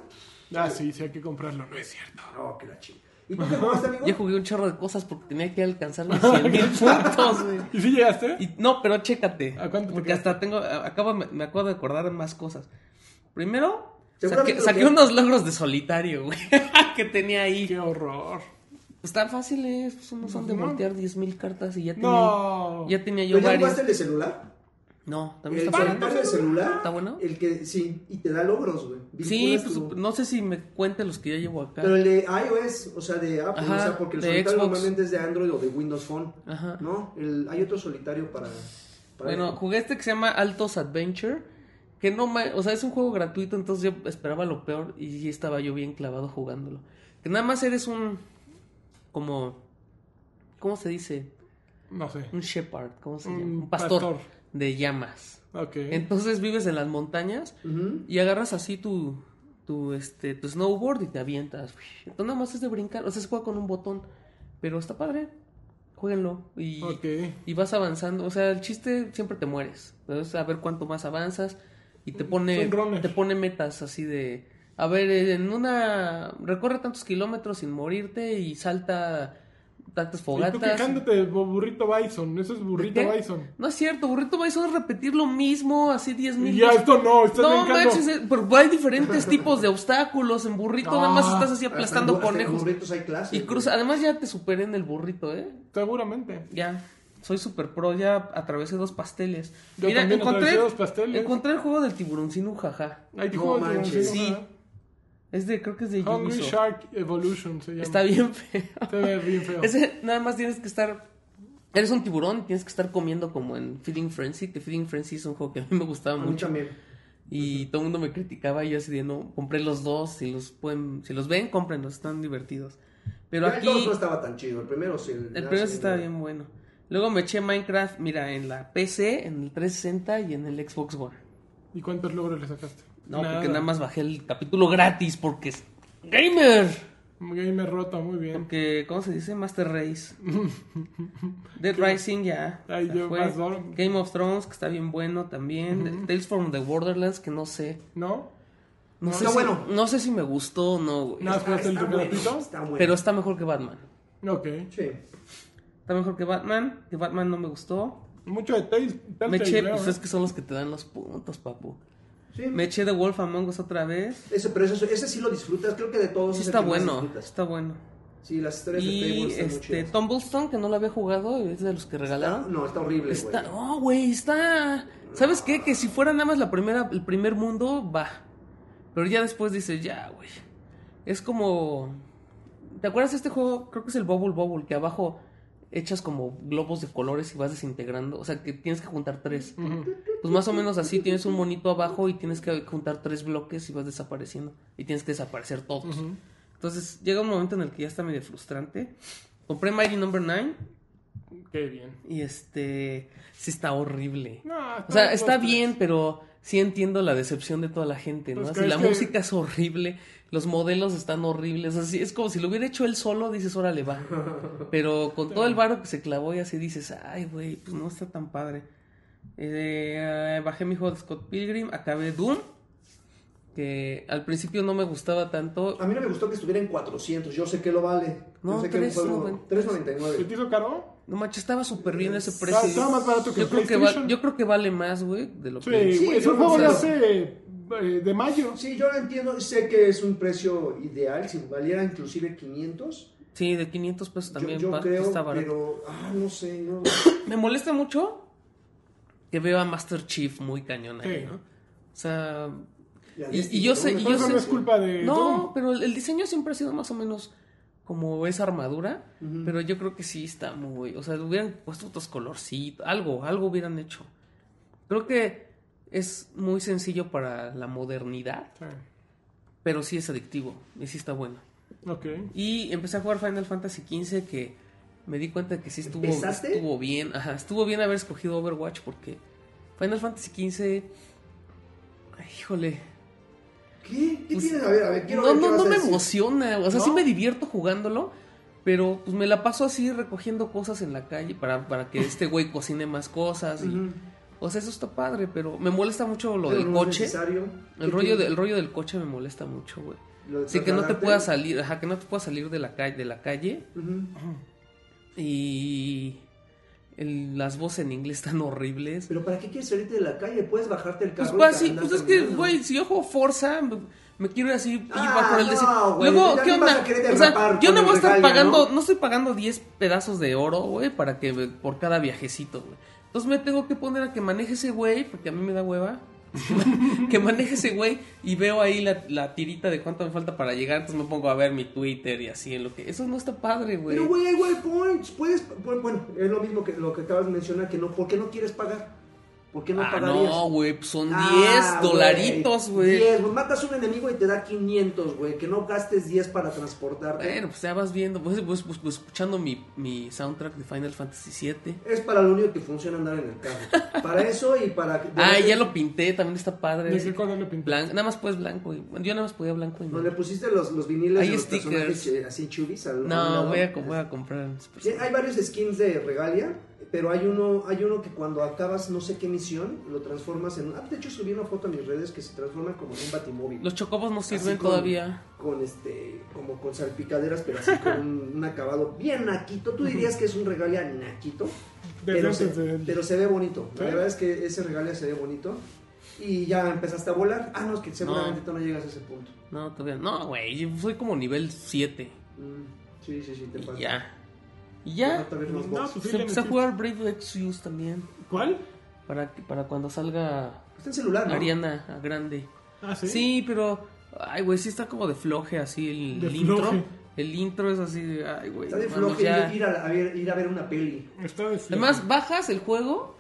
Ah, sí, sí, hay que comprarlo, no es cierto. No, que la chingada. ¿Y tú qué jugaste, amigo? Yo jugué un chorro de cosas porque tenía que alcanzar mis 100 mil puntos, güey. ¿Y si llegaste? Y- no, pero chécate. ¿A cuánto te porque quedaste? hasta tengo. a- Acabo, me, me acabo de acordar de más cosas. Primero, saqué, Seguramente lo saqué que- unos logros de solitario, güey. que tenía ahí. Qué horror. Están fáciles. pues, no son de No. voltear 10.000 cartas y ya tenía. No. Ya tenía yo ¿Pero ya varios. jugaste el de celular? No, también El está bueno. solitario de celular. ¿Está bueno? El que, sí, y te da logros, güey. Sí, Vinculas pues, tu- no sé si me cuente los que ya llevo acá. Pero el de iOS, o sea, de Apple, Ajá, o sea, porque el de solitario Xbox. normalmente es de Android o de Windows Phone. Ajá. ¿No? El, hay otro solitario para. para- Bueno, jugué este que se llama Altos Adventure. Que no me. O sea, es un juego gratuito, entonces yo esperaba lo peor y sí estaba yo bien clavado jugándolo. Que nada más eres un. Como. ¿Cómo se dice? No sé. Un shepherd, ¿cómo se Un llama? Un pastor, pastor. de llamas. Ok. Entonces vives en las montañas Ujú. y agarras así tu. Tu, este, tu snowboard y te avientas. Entonces nada más es de brincar. O sea, se juega con un botón. Pero está padre. Jueguenlo. Y Ok. y vas avanzando. O sea, el chiste siempre te mueres. Entonces, a ver cuánto más avanzas. Y te pone, Mm, Son runners. te pone metas así de. A ver, en una. Recorre tantos kilómetros sin morirte y salta tantas Y tú fogatas. quejándote, bo- burrito Bison. Eso es burrito ¿Qué? Bison. No es cierto, burrito Bison es repetir lo mismo, así 10 mil Y ya esto no, estás No brincando. manches, eh, pero hay diferentes tipos de obstáculos. En burrito nada más estás así aplastando Hasta en- hasta en conejos. burritos hay clases, Y güey. cruza. Además, ya te superé en el burrito, ¿eh? Seguramente. Ya, soy super pro, ya atravesé dos pasteles. Yo también atravesé dos pasteles. encontré el juego del tiburón sin un jaja. Ahí te No juego, te manches. consigo, Sí. ajá. Es de, creo que es de ¿eh? Hungry Ubisoft. Shark Evolution se llama. Está bien feo. Se ve bien feo. Ese nada más tienes que estar. Eres un tiburón y tienes que estar comiendo como en Feeding Frenzy, que Feeding Frenzy es un juego que a mí me gustaba A mí mucho. también. Y todo el mundo me criticaba y yo así de no, compré los dos, si los pueden, si los ven, cómprenlos, están divertidos. Pero Ya aquí El 2 no estaba tan chido, el primero sí. el sí, primero sí estaba bien bueno. Luego me eché Minecraft, mira, en la PC, en el 360 y en el Xbox One. ¿Y cuántos logros le sacaste? No, porque nada más bajé el capítulo gratis porque es gamer. Gamer rota, muy bien. Porque, ¿cómo se dice? Master Race. Dead Rising ya. Ay, ya yo fue. más dorm- Game of Thrones, que está bien bueno también. Tales from the Borderlands, que no sé. ¿No? No, sé, está si, bueno. no sé si me gustó o no, güey. No. Ah, Está, ¿Jugaste el está bueno, gratuito? está bueno. Pero está mejor que Batman. Ok. Sí. Está mejor que Batman, que Batman no me gustó. Mucho de Tales. Me Telltale, eché, creo, pues ¿eh? es que son los que te dan los puntos, papu. Sí. Me eché The Wolf Among Us otra vez. Ese, pero ese, ese sí lo disfrutas, creo que de todos. Sí es el está que más bueno, disfrutas. está bueno. Sí, las historias de Y Fable están muy este, chidas. Tumblestone, que no lo había jugado, es de los que regalaron. No, está horrible, güey. Está, no, güey, está. ¿Sabes qué? Que si fuera nada más la primera, el primer mundo, va. Pero ya después dices, ya, güey. Es como. ¿Te acuerdas de este juego? Creo que es el Bubble Bubble, que abajo echas como globos de colores y vas desintegrando. O sea, que tienes que juntar tres. Pues más o menos así, tienes un monito abajo y tienes que juntar tres bloques y vas desapareciendo. Y tienes que desaparecer todos. Entonces, llega un momento en el que ya está medio frustrante. Compré Mighty Number 9. Qué bien. Y este, sí está horrible. No, o sea, está- pues, está bien, pero sí entiendo la decepción de toda la gente, ¿no? Pues Así, que la es que- música es horrible, los modelos están horribles, así es como si lo hubiera hecho él solo, dices, órale, va. Pero con todo el varo que se clavó y así dices, ay, güey, pues no está tan padre. Eh, bajé mi juego de Scott Pilgrim, acabé Doom, que al principio no me gustaba tanto. A mí no me gustó que estuviera en 400, yo sé que lo vale. No, yo sé que el juego- 3.99. 3.99. ¿Se te hizo caro? No manches, estaba súper bien ese Está- precio. estaba más barato que yo el creo que, va- PlayStation. yo creo que vale más, güey, de lo Sí, que... güey, es un yo juego de creo. hace. eh, de mayo. Sí, yo lo entiendo, sé que es un precio ideal, si valiera inclusive 500, Sí, de 500 pesos yo- también yo, pa- creo, está barato. pero, ah, no sé, no. Me molesta mucho que veo a Master Chief muy cañón ahí, Sí. ¿no? O sea, Ya Y- ves, y yo sé- ¿no? y Pero yo eso sé- no es culpa de. no, Doom. pero el, el diseño siempre ha sido más o menos como esa armadura, pero yo creo que sí está muy, o sea, le hubieran puesto otros colorcitos, algo, algo hubieran hecho. Creo que es muy sencillo para la modernidad, Sí. pero sí es adictivo, y sí está bueno. Ok. Y empecé a jugar Final Fantasy XV que me di cuenta de que sí estuvo, ¿Empezaste? estuvo bien. Ajá, estuvo bien haber escogido Overwatch porque Final Fantasy XV... ay, híjole. ¿Qué? ¿Qué pues, tienes? A ver, a ver, quiero no, ver qué no, vas no a me decir. emociona. O sea, sí ¿No? me divierto jugándolo. Pero pues me la paso así recogiendo cosas en la calle para, para que este güey cocine más cosas. y- Ujú. O sea, eso está padre, pero me molesta mucho lo Pero del no es coche. necesario. El ¿Qué rollo, de- tiene? el rollo del coche me molesta mucho, güey. Lo de Sí, que no te trasladarte. puedas salir, ajá, que no te puedas salir de la calle, de la calle Ujú. y el- las voces en inglés tan horribles. Pero ¿para qué quieres salirte de la calle? Puedes bajarte el pues carro. y pues, sí, andar pues es que, caminando. güey, si yo juego Forza, me, me quiero ir así ir Ah, bajo el no, desierto. güey, Luego, ya ¿qué no vas onda? a querer O sea, derrapar yo con no el voy a estar regalia, pagando, ¿no? ¿no? estoy pagando 10 pedazos de oro, güey, para que por cada viajecito, güey. Entonces me tengo que poner a que maneje ese güey, porque a mí me da hueva. que maneje ese güey y veo ahí la, la tirita de cuánto me falta para llegar, entonces me pongo a ver mi Twitter y así en lo que. Eso no está padre, güey. Pero, güey, hay waypoints. Puedes. Bueno, bueno, es lo mismo que lo que acabas de mencionar, que no. ¿Por qué no quieres pagar? ¿Por qué no ah, pagarías? no, güey, pues son 10 Ah, güey, dolaritos, güey. 10, güey. Matas a un enemigo y te da 500, güey. Que no gastes 10 para transportarte. Bueno, pues ya vas viendo, pues, pues, pues, pues, escuchando mi, mi soundtrack de Final Fantasy VII. Es para lo único que funciona andar en el carro. para eso y para. de Ah, repente- ya lo pinté, también está padre. ¿De qué color lo pintaste? Blan- nada más puedes blanco. y- Yo nada más podía blanco y No le negro. pusiste los, los viniles Hay de los stickers. personajes eh, así chubis al- al No, lado. voy a, co- voy a comprar. Sí, hay varios skins de Regalia, pero hay uno, hay uno que cuando acabas no sé qué misión, lo transformas en... Ah, de hecho subí una foto a mis redes que se transforma como en un batimóvil. Los chocobos no Así sirven con- todavía. Con este, como con salpicaderas, pero así con un, un acabado bien naquito. Tú dirías que es un Regalia naquito, pero se, Decente, decente. pero se ve bonito. La Sí. verdad es que ese Regalia se ve bonito. Y ya empezaste a volar. Ah, no, es que seguramente No. tú no llegas a ese punto. No, todavía. No, güey, yo soy como nivel 7. Mm, sí, sí, sí, te Y pasa. ya. Y Te ya. falta ver los No, bots. pues sí, Se le empezó a metí. jugar Brave Exvius también. ¿Cuál? Para, que- para cuando salga Está en celular, Ah, ¿no? Ariana a grande. Ah, sí. ¿Sí? pero. Ay, güey, sí está como de floje así el, De el intro. floje. El intro es así de. Ay, güey. Está de no mames, floje ya. ir, ir a, a ver, ir a ver una peli. Está de Además, bajas el juego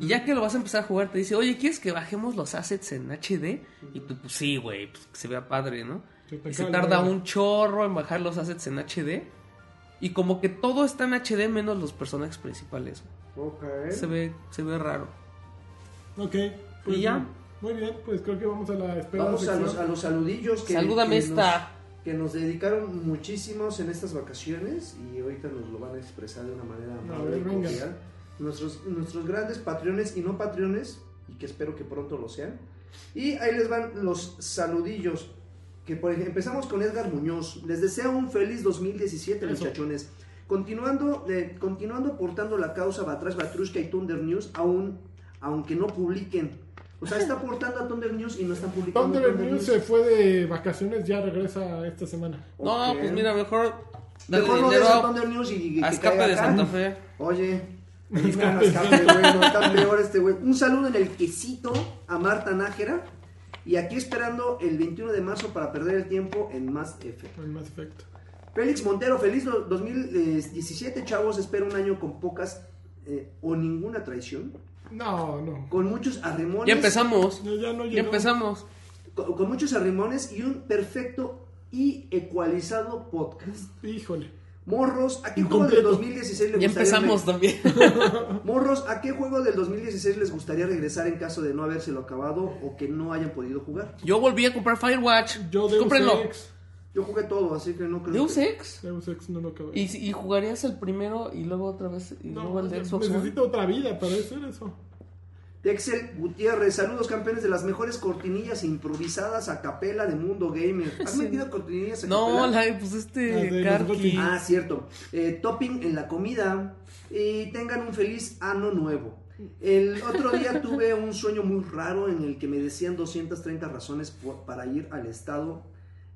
Y ya que lo vas a empezar a jugar, te dice, oye, ¿quieres que bajemos los assets en HD? Y tú, pues sí, güey, pues, que se vea padre, ¿no? Se te Y se cae el tarda juego. un chorro en bajar los assets en HD. Y como que todo está en HD menos los personajes principales. güey. Ok. Se ve, se ve raro. Ok. Pues, Y ya. Muy bien, pues creo que vamos a la espera. Vamos a sección. los, a los saludillos que, Salúdame que esta. Nos, que nos dedicaron muchísimos en estas vacaciones y ahorita nos lo van a expresar de una manera amable ver, y venga. cordial. Nuestros, nuestros grandes patrones y no patrones, y que espero que pronto lo sean. Y ahí les van los saludillos. Que por ejemplo, empezamos con Edgar Muñoz. Les deseo un feliz 2017, Eso. muchachones. Continuando, eh, continuando aportando la causa Batrash Batrushka y Thunder News, aún, aunque no publiquen. O sea, está aportando a Thunder News y no están publicando. Thunder News se fue de vacaciones, ya regresa esta semana. No, Ok. pues mira, mejor dale Mejor no des a dinero Thunder News y, y que a escape caiga de acá. Santa Fe. Oye, ahí está, no escape, güey, no, está peor este güey. Un saludo en el quesito a Marta Nájera. Y aquí esperando el 21 de marzo para perder el tiempo en Más F. El Mass Effect. Félix Montero, feliz do- 2017, chavos. Espero un año con pocas eh, o ninguna traición. No, no. Con muchos arrimones. Ya empezamos. Ya, ya no llegó. Ya empezamos. Con, con muchos arrimones y un perfecto y ecualizado podcast. Híjole. Morros, ¿a qué juego del Incompleto. 2016 le Ya gustaría empezamos también. Morros, ¿a qué juego del 2016 les gustaría regresar en caso de no habérselo acabado o que no hayan podido jugar? Yo volví a comprar Firewatch. Yo Deus Cómprenlo. Ex. Yo jugué todo, así que no creo Deus que... Ex. Deus Ex no lo acabé. Y, si- y jugarías el primero y luego otra vez y No, luego el de Xbox One. necesito otra vida para hacer eso. Texel Gutiérrez, saludos campeones de las mejores cortinillas improvisadas a capela de Mundo Gamer. ¿Has Sí. metido cortinillas a No, capela? la, pues Las este de Karki. Nosotros. Ah, cierto. Eh, topping en la comida y tengan un feliz ano nuevo. El otro día tuve un sueño muy raro en el que me decían 230 razones por- para ir al estado,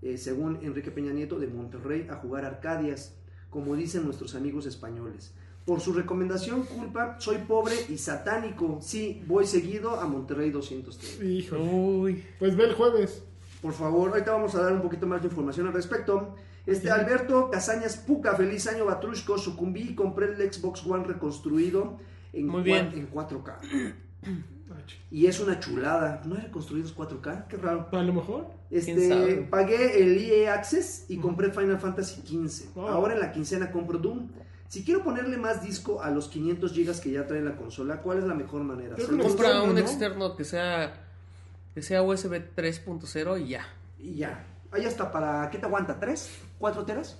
eh, según Enrique Peña Nieto, de Monterrey a jugar Arcadias, como dicen nuestros amigos españoles. Por su recomendación, culpa, soy pobre y satánico. Sí, voy seguido a Monterrey 230. Híjole. Uy. Pues ve el jueves. Por favor, ahorita vamos a dar un poquito más de información al respecto. Este Alberto Casañas Puca, feliz año Batrushko, sucumbí y compré el Xbox One reconstruido en, Muy cua- bien. en 4K. Ay, ch- Y es una chulada. ¿No hay reconstruidos 4K? Qué raro. A lo mejor. ¿Quién sabe? Este, pagué el EA Access y compré Final Fantasy XV. Oh. Ahora en la quincena compro Doom. Si quiero ponerle más disco a los 500 GB que ya trae la consola, ¿cuál es la mejor manera? Creo que Saludos. Compra externo, un ¿no? externo que sea que sea USB 3.0 y ya. Y ya. Ahí hasta para... ¿Qué te aguanta? ¿Tres? ¿Cuatro teras?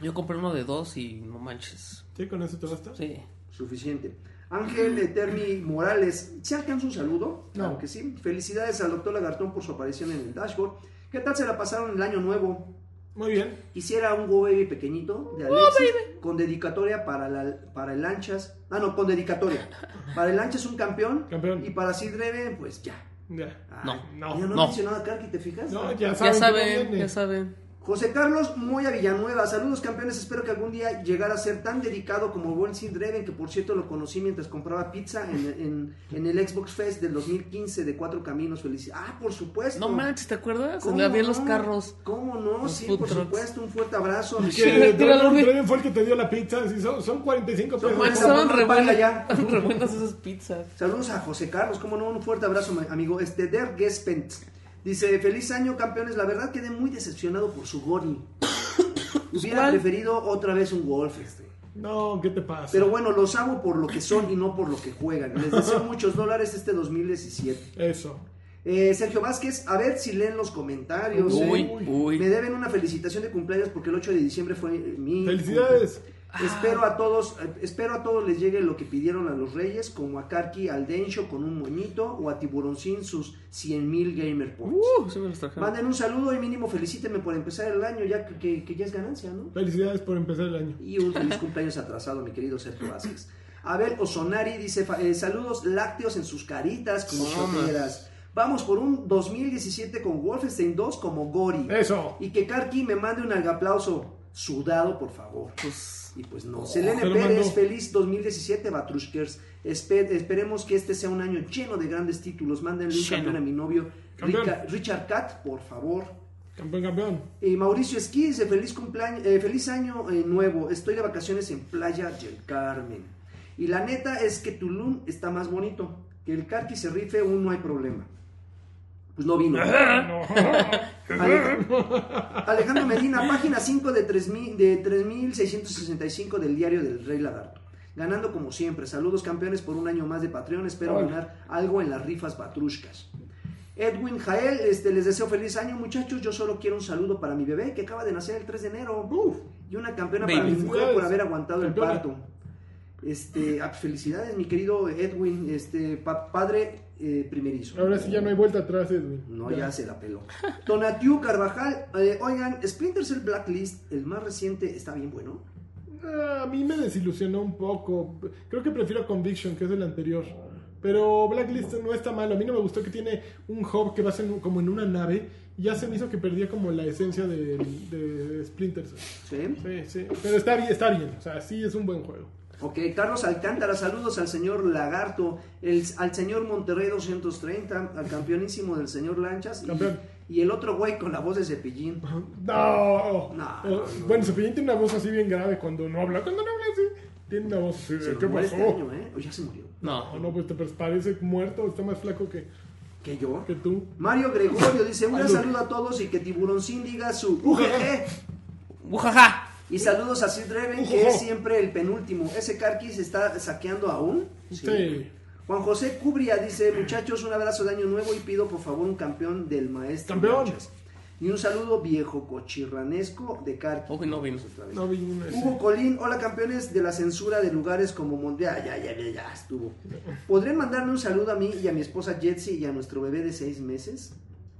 Yo compré uno de dos y no manches. Sí, con eso te basta. Sí. Suficiente. Ángel Etermi Morales, ¿se alcanza un saludo? Claro Mm. No. que sí. Felicidades al doctor Lagartón por su aparición en el dashboard. ¿Qué tal se la pasaron el año nuevo? Muy bien. Quisiera un Go Baby pequeñito de Alexis con dedicatoria para, la, para el Lanchas. Ah, no, con dedicatoria. Para el Lanchas un campeón. Campeón. Y para Sidreve, pues ya. Ya. Ay, No, no, ya no, no. he mencionado a Karki, ¿te fijas? No, ya Ya saben. que saben, viene. ya saben. José Carlos Moya Villanueva, saludos campeones, espero que algún día llegara a ser tan dedicado como buen Sid Dreven, que por cierto lo conocí mientras compraba pizza en, en- en el Xbox Fest del 2015 de Cuatro Caminos Felices. Ah, por supuesto. No manches, ¿te acuerdas? ¿Cómo Le había no? los carros. ¿Cómo no? Los Sí, food por trucks. supuesto, un fuerte abrazo. a mi Que Sí, tíralo, Draven- güey. Draven fue el que te dio la pizza. Sí, son, son 45 Son pesos. Man, Pues, estaban no, re no, para allá. buenas, estaban re buenas esas pizzas. Saludos a José Carlos, como no, un fuerte abrazo, mi amigo. Este, Der Gespent dice: Feliz año, campeones. La verdad quedé muy decepcionado por su Goni. Hubiera ¿Cuál? preferido otra vez un Wolf. Este. No, ¿qué te pasa? Pero bueno, los amo por lo que son y no por lo que juegan. Les deseo muchos dólares este 2017. Eso. Eh, Sergio Vázquez, a ver si leen los comentarios. eh. Uy, Me uy. deben una felicitación de cumpleaños porque el 8 de diciembre fue eh, mi. Felicidades. cumple. Ah. Espero a todos, eh, espero a todos les llegue lo que pidieron a los reyes, como a Karki Aldencho con un moñito o a Tiburoncín sus 100.000 gamer points. Uh, sí me los trajeron. Manden un saludo y mínimo felicítenme por empezar el año ya que- que- que ya es ganancia, ¿no? Felicidades por empezar el año. Y un feliz cumpleaños atrasado, mi querido Sergio Vázquez. Abel Osonari dice, fa- eh, saludos lácteos en sus caritas como Toma. choteras. Vamos por un 2017 con Wolfenstein 2 como Gori. Eso. Y que Karki me mande un algaplauso sudado, por favor. Pues, Y pues no. Selene te lo Pérez, mando. feliz 2017, Batrushkers. Espe- esperemos que este sea un año lleno de grandes títulos. Mándenle un Lleno. campeón a mi novio, Campeón. Rica- Richard Cat, por favor. Campeón, campeón. Eh, Mauricio Esquí dice feliz cumpleaños, eh, feliz año eh, nuevo. Estoy de vacaciones en Playa del Carmen. Y la neta es que Tulum está más bonito. Que el Carqui se rife, aún no hay problema. Pues no vino. Alejandro, Alejandro Medina, página 5 de 3,000 de 3665 del diario del Rey Lagarto. Ganando como siempre. Saludos campeones por un año más de Patreon. Espero Órale. ganar algo en las rifas batrushkas. Edwin Jael, este, les deseo feliz año muchachos. Yo solo quiero un saludo para mi bebé que acaba de nacer el 3 de enero. Y una campeona para Baby. mi mujer por haber aguantado el Campeona. parto. Este, ah, felicidades mi querido Edwin, este pa- padre eh, primerizo. Ahora sí ya no hay vuelta atrás, Edwin. No, ya se la peló. Tonatiu Carvajal, eh, oigan, Splinter Cell Blacklist, el más reciente, está bien bueno. Ah, A mí me desilusionó un poco. Creo que prefiero Conviction, que es el anterior. Pero Blacklist no está malo. A mí no me gustó que tiene un hub que va en- como en una nave. Y ya se me hizo que perdía como la esencia de, de Splinter Cell. ¿sí? Sí, sí. Pero está bien, está bien. O sea, sí es un buen juego. Ok, Carlos Alcántara, saludos al señor Lagarto, el- al señor Monterrey 230, al campeonísimo del señor Lanchas Campeón. y, y el otro güey con la voz de cepillín. No. No. Eh, Bueno, Cepillín tiene una voz así bien grave cuando no habla. Cuando no habla así, tiene una voz así. Se de, nos ¿Qué muere pasó? este año, ¿eh? O ya se murió. No, No. no, pues te pues, parece muerto. Está más flaco que, Que yo. que tú. Mario Gregorio dice, un gran Salud. saludo a todos y que Tiburoncín diga su UGG. Ujaja. Y saludos a Sid Draven, que es siempre el penúltimo. ¿Ese Karki se está saqueando aún? Sí. Juan José Cubria dice, muchachos, un abrazo de año nuevo y pido por favor un campeón del maestro. Campeón. Lanchas. Y un saludo viejo cochirranesco de Karki. Uy, no vino. Otra vez. No vi una- Hugo Colín, hola campeones de la censura de lugares como Mondial. Ya, ya, ya, ya estuvo. ¿Podrían mandarme un saludo a mí y a mi esposa Jetsi y a nuestro bebé de seis meses?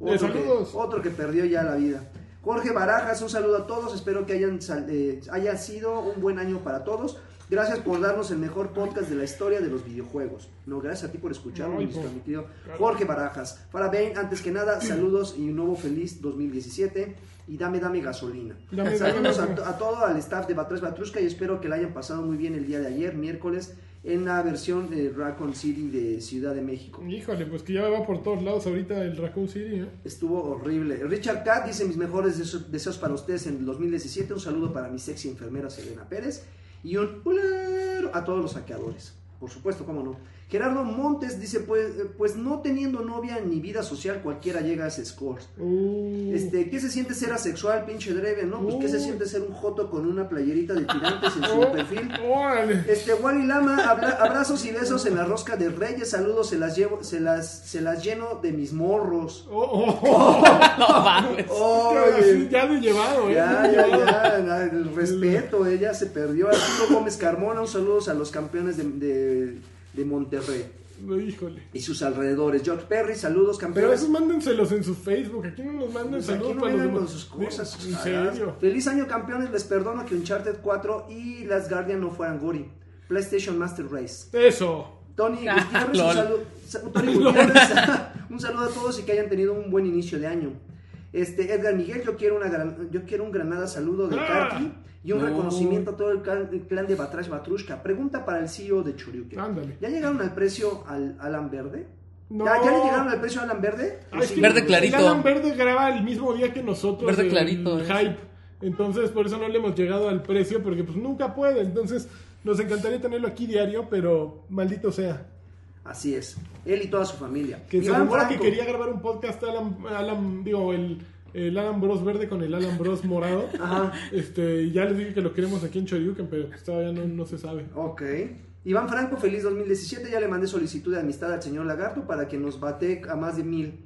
Eh, saludos. Que, otro que perdió ya la vida. Jorge Barajas, un saludo a todos. Espero que hayan sal- eh, haya sido un buen año para todos. Gracias por darnos el mejor podcast de la historia de los videojuegos. No, gracias a ti por escucharnos, No, nuestro hijo. mi querido Jorge Barajas. Farabén, antes que nada, saludos y un nuevo feliz 2017. Y dame, dame gasolina. Dame, dame saludos a, gasolina. to- a todo al staff de Batres Batrusca y espero que la hayan pasado muy bien el día de ayer, miércoles, en la versión de Raccoon City de Ciudad de México. Híjole, pues que ya va por todos lados ahorita el Raccoon City, ¿eh? Estuvo horrible. Richard Cat dice mis mejores deso- deseos para ustedes en el 2017. Un saludo para mi sexy enfermera Selena Pérez y un ulero a todos los saqueadores. Por supuesto, cómo no. Gerardo Montes dice, pues, eh, pues no teniendo novia ni vida social, cualquiera llega a ese score. Uh, Este, ¿qué se siente ser asexual, pinche Dreven, no? Pues, ¿qué se Uy. siente ser un joto con una playerita de tirantes en oh, su perfil? órale. Este, Wally Lama, abra- abrazos y besos en la rosca de Reyes, saludos, se las llevo, se las, se las lleno de mis morros. Oh, oh, oh, No mames. así, Oye, ya lo he llevado, ¿eh? ya, Lo he ya, llevado. ya, na- el respeto, ella se perdió. Arturo Gómez Carmona, un saludos a los campeones de, de- de Monterrey No, Híjole. y sus alrededores. George Perry, saludos Pero campeones. esos mándenselos en su Facebook. Aquí no nos manden Pues saludos aquí no para los vengan con demás. sus cosas, sus En jaladas. serio. Feliz año campeones, les perdono que Uncharted 4 y Las Guardian no fueran Gori. PlayStation Master Race. Eso. Tony Ah, Gutiérrez, un lol. saludo, sa- Tony Gutiérrez, un saludo a todos y que hayan tenido un buen inicio de año. Este, Edgar Miguel, yo quiero, una gran- yo quiero un granada saludo de Ah. Karki y un No. reconocimiento a todo el clan, el clan de Batrash Batrushka. Pregunta para el CEO de Churiuke. Ándale. ¿Ya llegaron al precio al Alan Verde? No. ¿Ya, ya le llegaron al precio al Alan Verde? Ah, es que Verde el clarito. Alan Verde graba el mismo día que nosotros. Verde el clarito, eh. Hype. Entonces, por eso no le hemos llegado al precio, porque pues nunca puede. Entonces, nos encantaría tenerlo aquí diario, pero maldito sea. Así es, él y toda su familia. Que se Iván rumora que Franco. quería grabar un podcast Alan, Alan digo, el, el Alan Bros verde con el Alan Bros morado. Ajá. Este, y ya les dije que lo queremos aquí en Choryuken, pero pues todavía no, no se sabe. Ok. Iván Franco, feliz 2017. Ya le mandé solicitud de amistad al señor Lagarto para que nos bate a más de mil.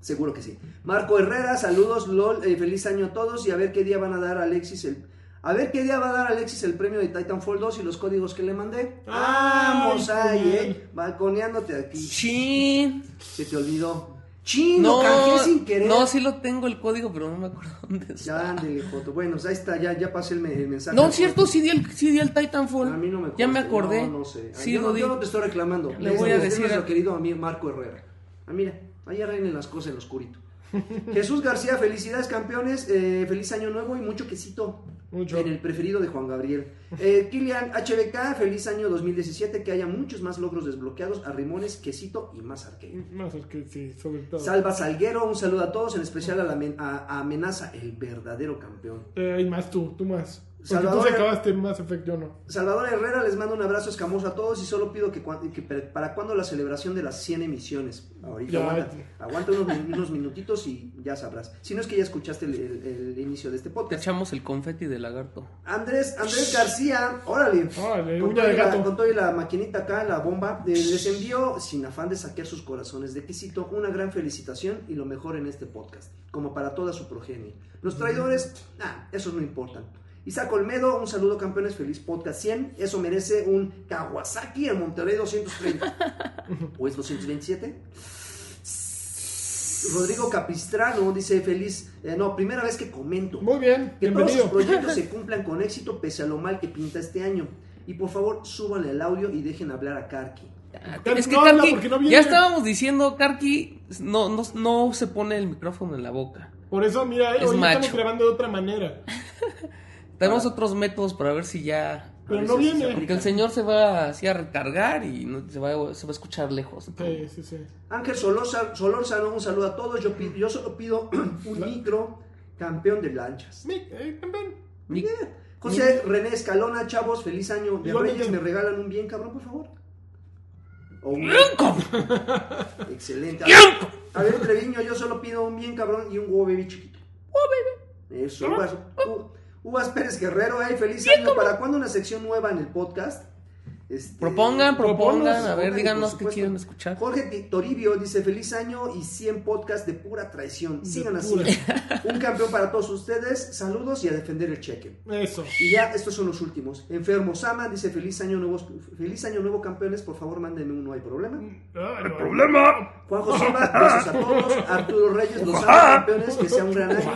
Seguro que sí. Marco Herrera, saludos, LOL, eh, feliz año a todos y a ver qué día van a dar a Alexis el... A ver qué día va a dar Alexis el premio de Titanfall 2 y los códigos que le mandé. Ay, Vamos ahí, genial. eh. Balconeándote aquí. Chin. Se te olvidó. Chino, No, canjeé sin querer. no, sí lo tengo el código, pero no me acuerdo dónde Ya, está. ándele, Joto. Bueno, pues ahí está, ya, ya pasé el, me- el mensaje. No, es cierto, sí di el, sí di el Titanfall. A mí no me ya me consta, acordé. No, no sé. Sí, yo, lo no, di. yo no te estoy reclamando. Le voy a Es- es decir nuestro a- querido amigo Marco Herrera. Ah, mira, ahí arreglen las cosas en lo oscurito. Jesús García, felicidades campeones, eh, feliz año nuevo y mucho quesito Mucho. en el preferido de Juan Gabriel. Eh, Kilian HBK, feliz año 2017, que haya muchos más logros desbloqueados, arrimones, quesito y más arcade. Más al que sí, sobre todo. Salva Salguero, un saludo a todos, en especial a, la men- a- a Amenaza, el verdadero campeón. Eh, y más tú, tú más. Porque tú Salvador- se acabaste Mass Effect, yo no. Salvador Herrera, les mando un abrazo escamoso a todos y solo pido que, cuan- que pre- para cuándo la celebración de las 100 emisiones. Ahorita Ya. aguanta, aguanta unos, min- unos minutitos y ya sabrás. Si no es que ya escuchaste el, el- el inicio de este Te podcast. echamos el confeti de lagarto. Andrés, Andrés García, órale. Órale, con, uña todo de y la, Eh, gato. con todo y la maquinita acá, la bomba, eh, les envío, sin afán de saquear sus corazones de quesito, una gran felicitación y lo mejor en este podcast, como para toda su progenie. Los traidores, ah, esos no importan. Isaac Olmedo, un saludo campeones, feliz podcast 100, eso merece un Kawasaki en Monterrey 230. ¿O es 227? Rodrigo Capistrano dice feliz, eh, no, primera vez que comento. Muy bien, Que todos sus bienvenido. proyectos se cumplan con éxito pese a lo mal que pinta este año. Y por favor, súbanle al audio y dejen hablar a Karki. Karki es que no habla Karki- porque no viene. ya estábamos diciendo, Karki no, no, no se pone el micrófono en la boca. Por eso, mira, Es hoy estamos macho. grabando de otra manera. Tenemos Ah. otros métodos para ver si ya... A Pero ver no si así se viene. Porque aplica. el señor se va así a recargar y no- se, va, se va a escuchar lejos. Sí, sí, sí. Ángel Solórzano, Solórzano, un saludo a todos. Yo, pi- yo solo pido un micro campeón de lanchas. Mi- eh, campeón. Mi- José René Escalona, chavos, feliz año de Igualmente. Reyes. ¿Me regalan un bien, cabrón, por favor? O un- Excelente. A ver, Treviño, yo solo pido un bien, cabrón, y un huevo baby chiquito. Eso, Uvas, U- Uvas Pérez Guerrero, ey, feliz año. ¿Para cuándo una sección nueva en el podcast? Este, Propongan, propongan, a propongan, ver, por díganos qué supuesto. quieren escuchar. Jorge Ti- Toribio dice feliz año y 100 podcasts de pura traición. Sigan De así. pura. Un campeón para todos ustedes. Saludos y a defender el cheque. Eso. Y ya estos son los últimos. Enfermo Sama dice feliz año nuevo, feliz año nuevo campeones, por favor mándenme uno, hay problema. el problema. Juanjo Silva, besos a todos. Arturo Reyes, los amo, campeones, que sea un gran año.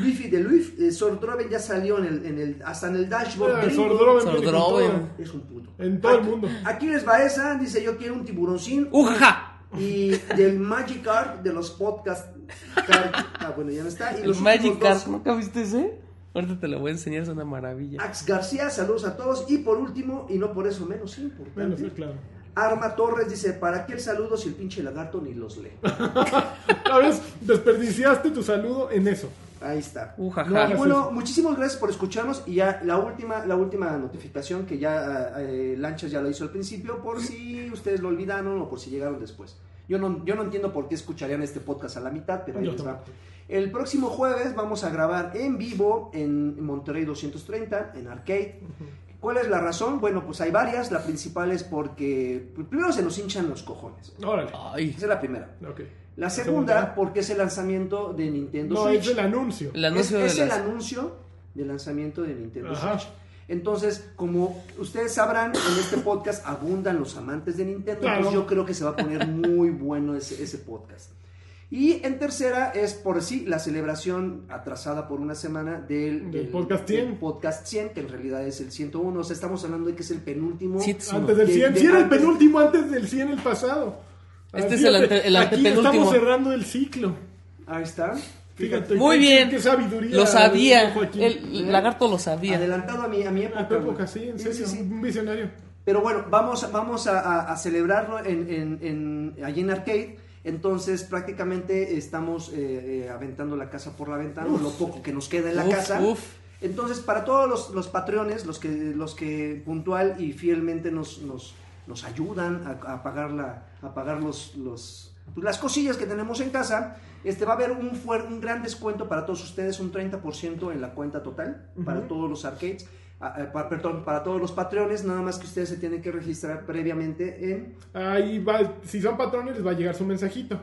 Luigi de Luis, eh, Sordroven ya salió en el, en el, hasta en el Eh, dashboard. gringo. Sordroven. Es un puto. En todo el Aquí- mundo. Aquiles Baeza dice: Yo quiero un tiburoncín. ¡Ujaja! Y del Magic Card de los podcasts. Ah, bueno, ya no está. Y El los Magic últimos dos, Card, ¿nunca viste ese? Ahorita te lo voy a enseñar, es una maravilla. Ax García, saludos a todos. Y por último, y no por eso menos importante, Bueno, sí, claro. Arma Torres dice: ¿Para qué el saludo si el pinche lagarto ni los lee? La vez desperdiciaste tu saludo en eso. Ahí está. Ujaja. No, y bueno, muchísimas gracias por escucharnos y ya la última, la última notificación que ya eh, Lanchas ya lo hizo al principio, por si ustedes lo olvidaron o por si llegaron después. Yo no, yo no entiendo por qué escucharían este podcast a la mitad, pero ahí Yo les va. tampoco. El próximo jueves vamos a grabar en vivo en Monterrey 230, en Arcade. ¿Cuál es la razón? Bueno, pues hay varias. La principal es porque pues, primero se nos hinchan los cojones. Órale. Ay, Esa es la primera. Ok. La segunda? segunda, porque es el lanzamiento de Nintendo No, Switch. es el anuncio. el anuncio Es, es de el las... anuncio de lanzamiento de Nintendo Ajá. Switch. Entonces, como ustedes sabrán, en este podcast abundan los amantes de Nintendo. Claro. Entonces, yo creo que se va a poner muy bueno ese, ese podcast. Y en tercera es, por sí, la celebración atrasada por una semana del, Del podcast 100. del podcast 100, que en realidad es el 101. O sea, estamos hablando de que es el penúltimo. Sí, es uno. Antes del De- 100. de Si era el antes- penúltimo antes del 100 el pasado. Este es Así el que ante- el Aquí estamos antepenúltimo. cerrando el ciclo. Ahí está. Fíjate. Muy qué- bien. Qué sabiduría. Lo sabía. Joaquín. El lagarto lo sabía. Adelantado a mi, a mi época. A tu güey. época, sí, en serio. Un visionario. Pero bueno, vamos, vamos a, a- a celebrarlo en, en, en- allí en Arcade. Entonces prácticamente estamos eh, eh, aventando la casa por la ventana, lo poco que nos queda en la Uf, casa. uf. Entonces para todos los, los patrones, los que, los que puntual y fielmente nos, nos, nos ayudan a, a pagar, la, a pagar los, los, pues, las cosillas que tenemos en casa, este, va a haber un, fuer- un gran descuento para todos ustedes, un 30% en la cuenta total para todos los arcades. Ah, eh, pa- perdón, para todos los patreones, nada más que ustedes se tienen que registrar previamente en... Ahí va. Si son patrones, les va a llegar su mensajito.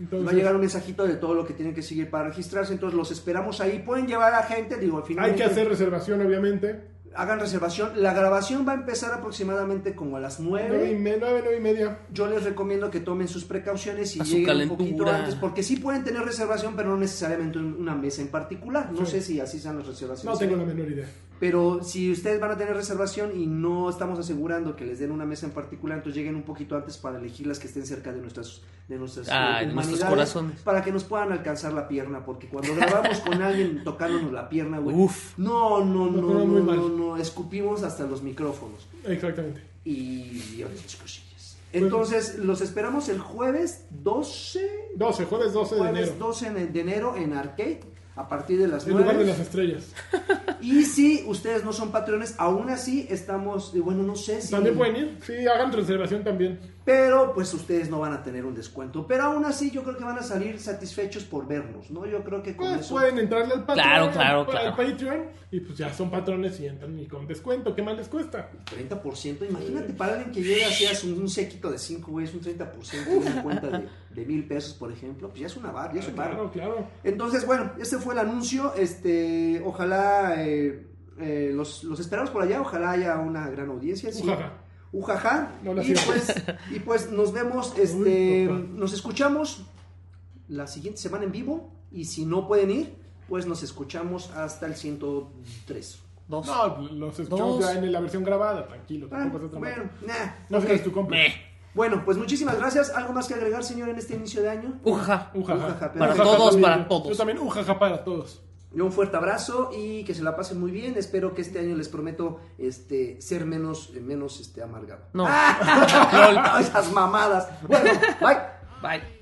Entonces, va a llegar un mensajito de todo lo que tienen que seguir para registrarse, entonces los esperamos ahí. Pueden llevar a gente, digo, al final... hay que hacer reservación, obviamente. Hagan reservación. La grabación va a empezar aproximadamente como a las 9. Nueve y, me- nueve, nueve y media. Yo les recomiendo que tomen sus precauciones y A su lleguen un calentura. poquito antes, porque sí pueden tener reservación, pero no necesariamente en una mesa en particular. No Sí. sé si así sean las reservaciones. No tengo la menor idea. Pero si ustedes van a tener reservación y no estamos asegurando que les den una mesa en particular, entonces lleguen un poquito antes para elegir las que estén cerca de nuestras de nuestras eh, Ah, de nuestros humanidades, corazones. para que nos puedan alcanzar la pierna, porque cuando grabamos con alguien tocándonos la pierna, güey. Uf. No, no, no, Nos no, queda muy no, mal. no, escupimos hasta los micrófonos Exactamente. y otras cosillas. Entonces, los esperamos el jueves 12, 12, jueves 12 de jueves enero. 12 en- de enero en Arcade a partir de las En lugar de 9. las estrellas. Y si ustedes no son patrones, aún así estamos, eh, bueno, no sé si... También pueden ir. Sí, hagan reservación también. Pero pues ustedes no van a tener un descuento. Pero aún así yo creo que van a salir satisfechos por vernos, ¿no? Yo creo que con Pues eso... pueden entrarle al Patreon, Claro, claro, al, claro. al Patreon, y pues ya son patrones y entran y con descuento. ¿Qué más les cuesta? 30%, imagínate para alguien que llega así a su- un séquito de 5, güey, es un 30% de una cuenta de, de mil pesos, por ejemplo, pues ya es una bar, ya es un barro. Ah, Claro, claro. Entonces, bueno, ese fue el anuncio. Este, ojalá eh, eh, los, los esperamos por allá. Ojalá haya una gran audiencia. sí. Ujaja. Ujaja. No la y, sigo. pues, y pues nos vemos, este, papá. nos escuchamos la siguiente semana en vivo. Y si no pueden ir, pues nos escuchamos hasta el 103. Dos. No, pues, los escuchamos Dos. ya en la versión grabada, tranquilo. Ah, Tampoco pasa nada. bueno, nah, No ok. seas tu compra. Meh. Bueno, pues muchísimas gracias. ¿Algo más que agregar, señor, en este inicio de año? Ujaja. Ujaja. Ujaja, pero- Para Ujaja todos, también, para yo- todos. Yo también, ujaja para todos. Yo un fuerte abrazo y que se la pasen muy bien. Espero que este año les prometo este, ser menos, eh, menos este, amargado. No. Esas mamadas. Bueno, bye. Bye.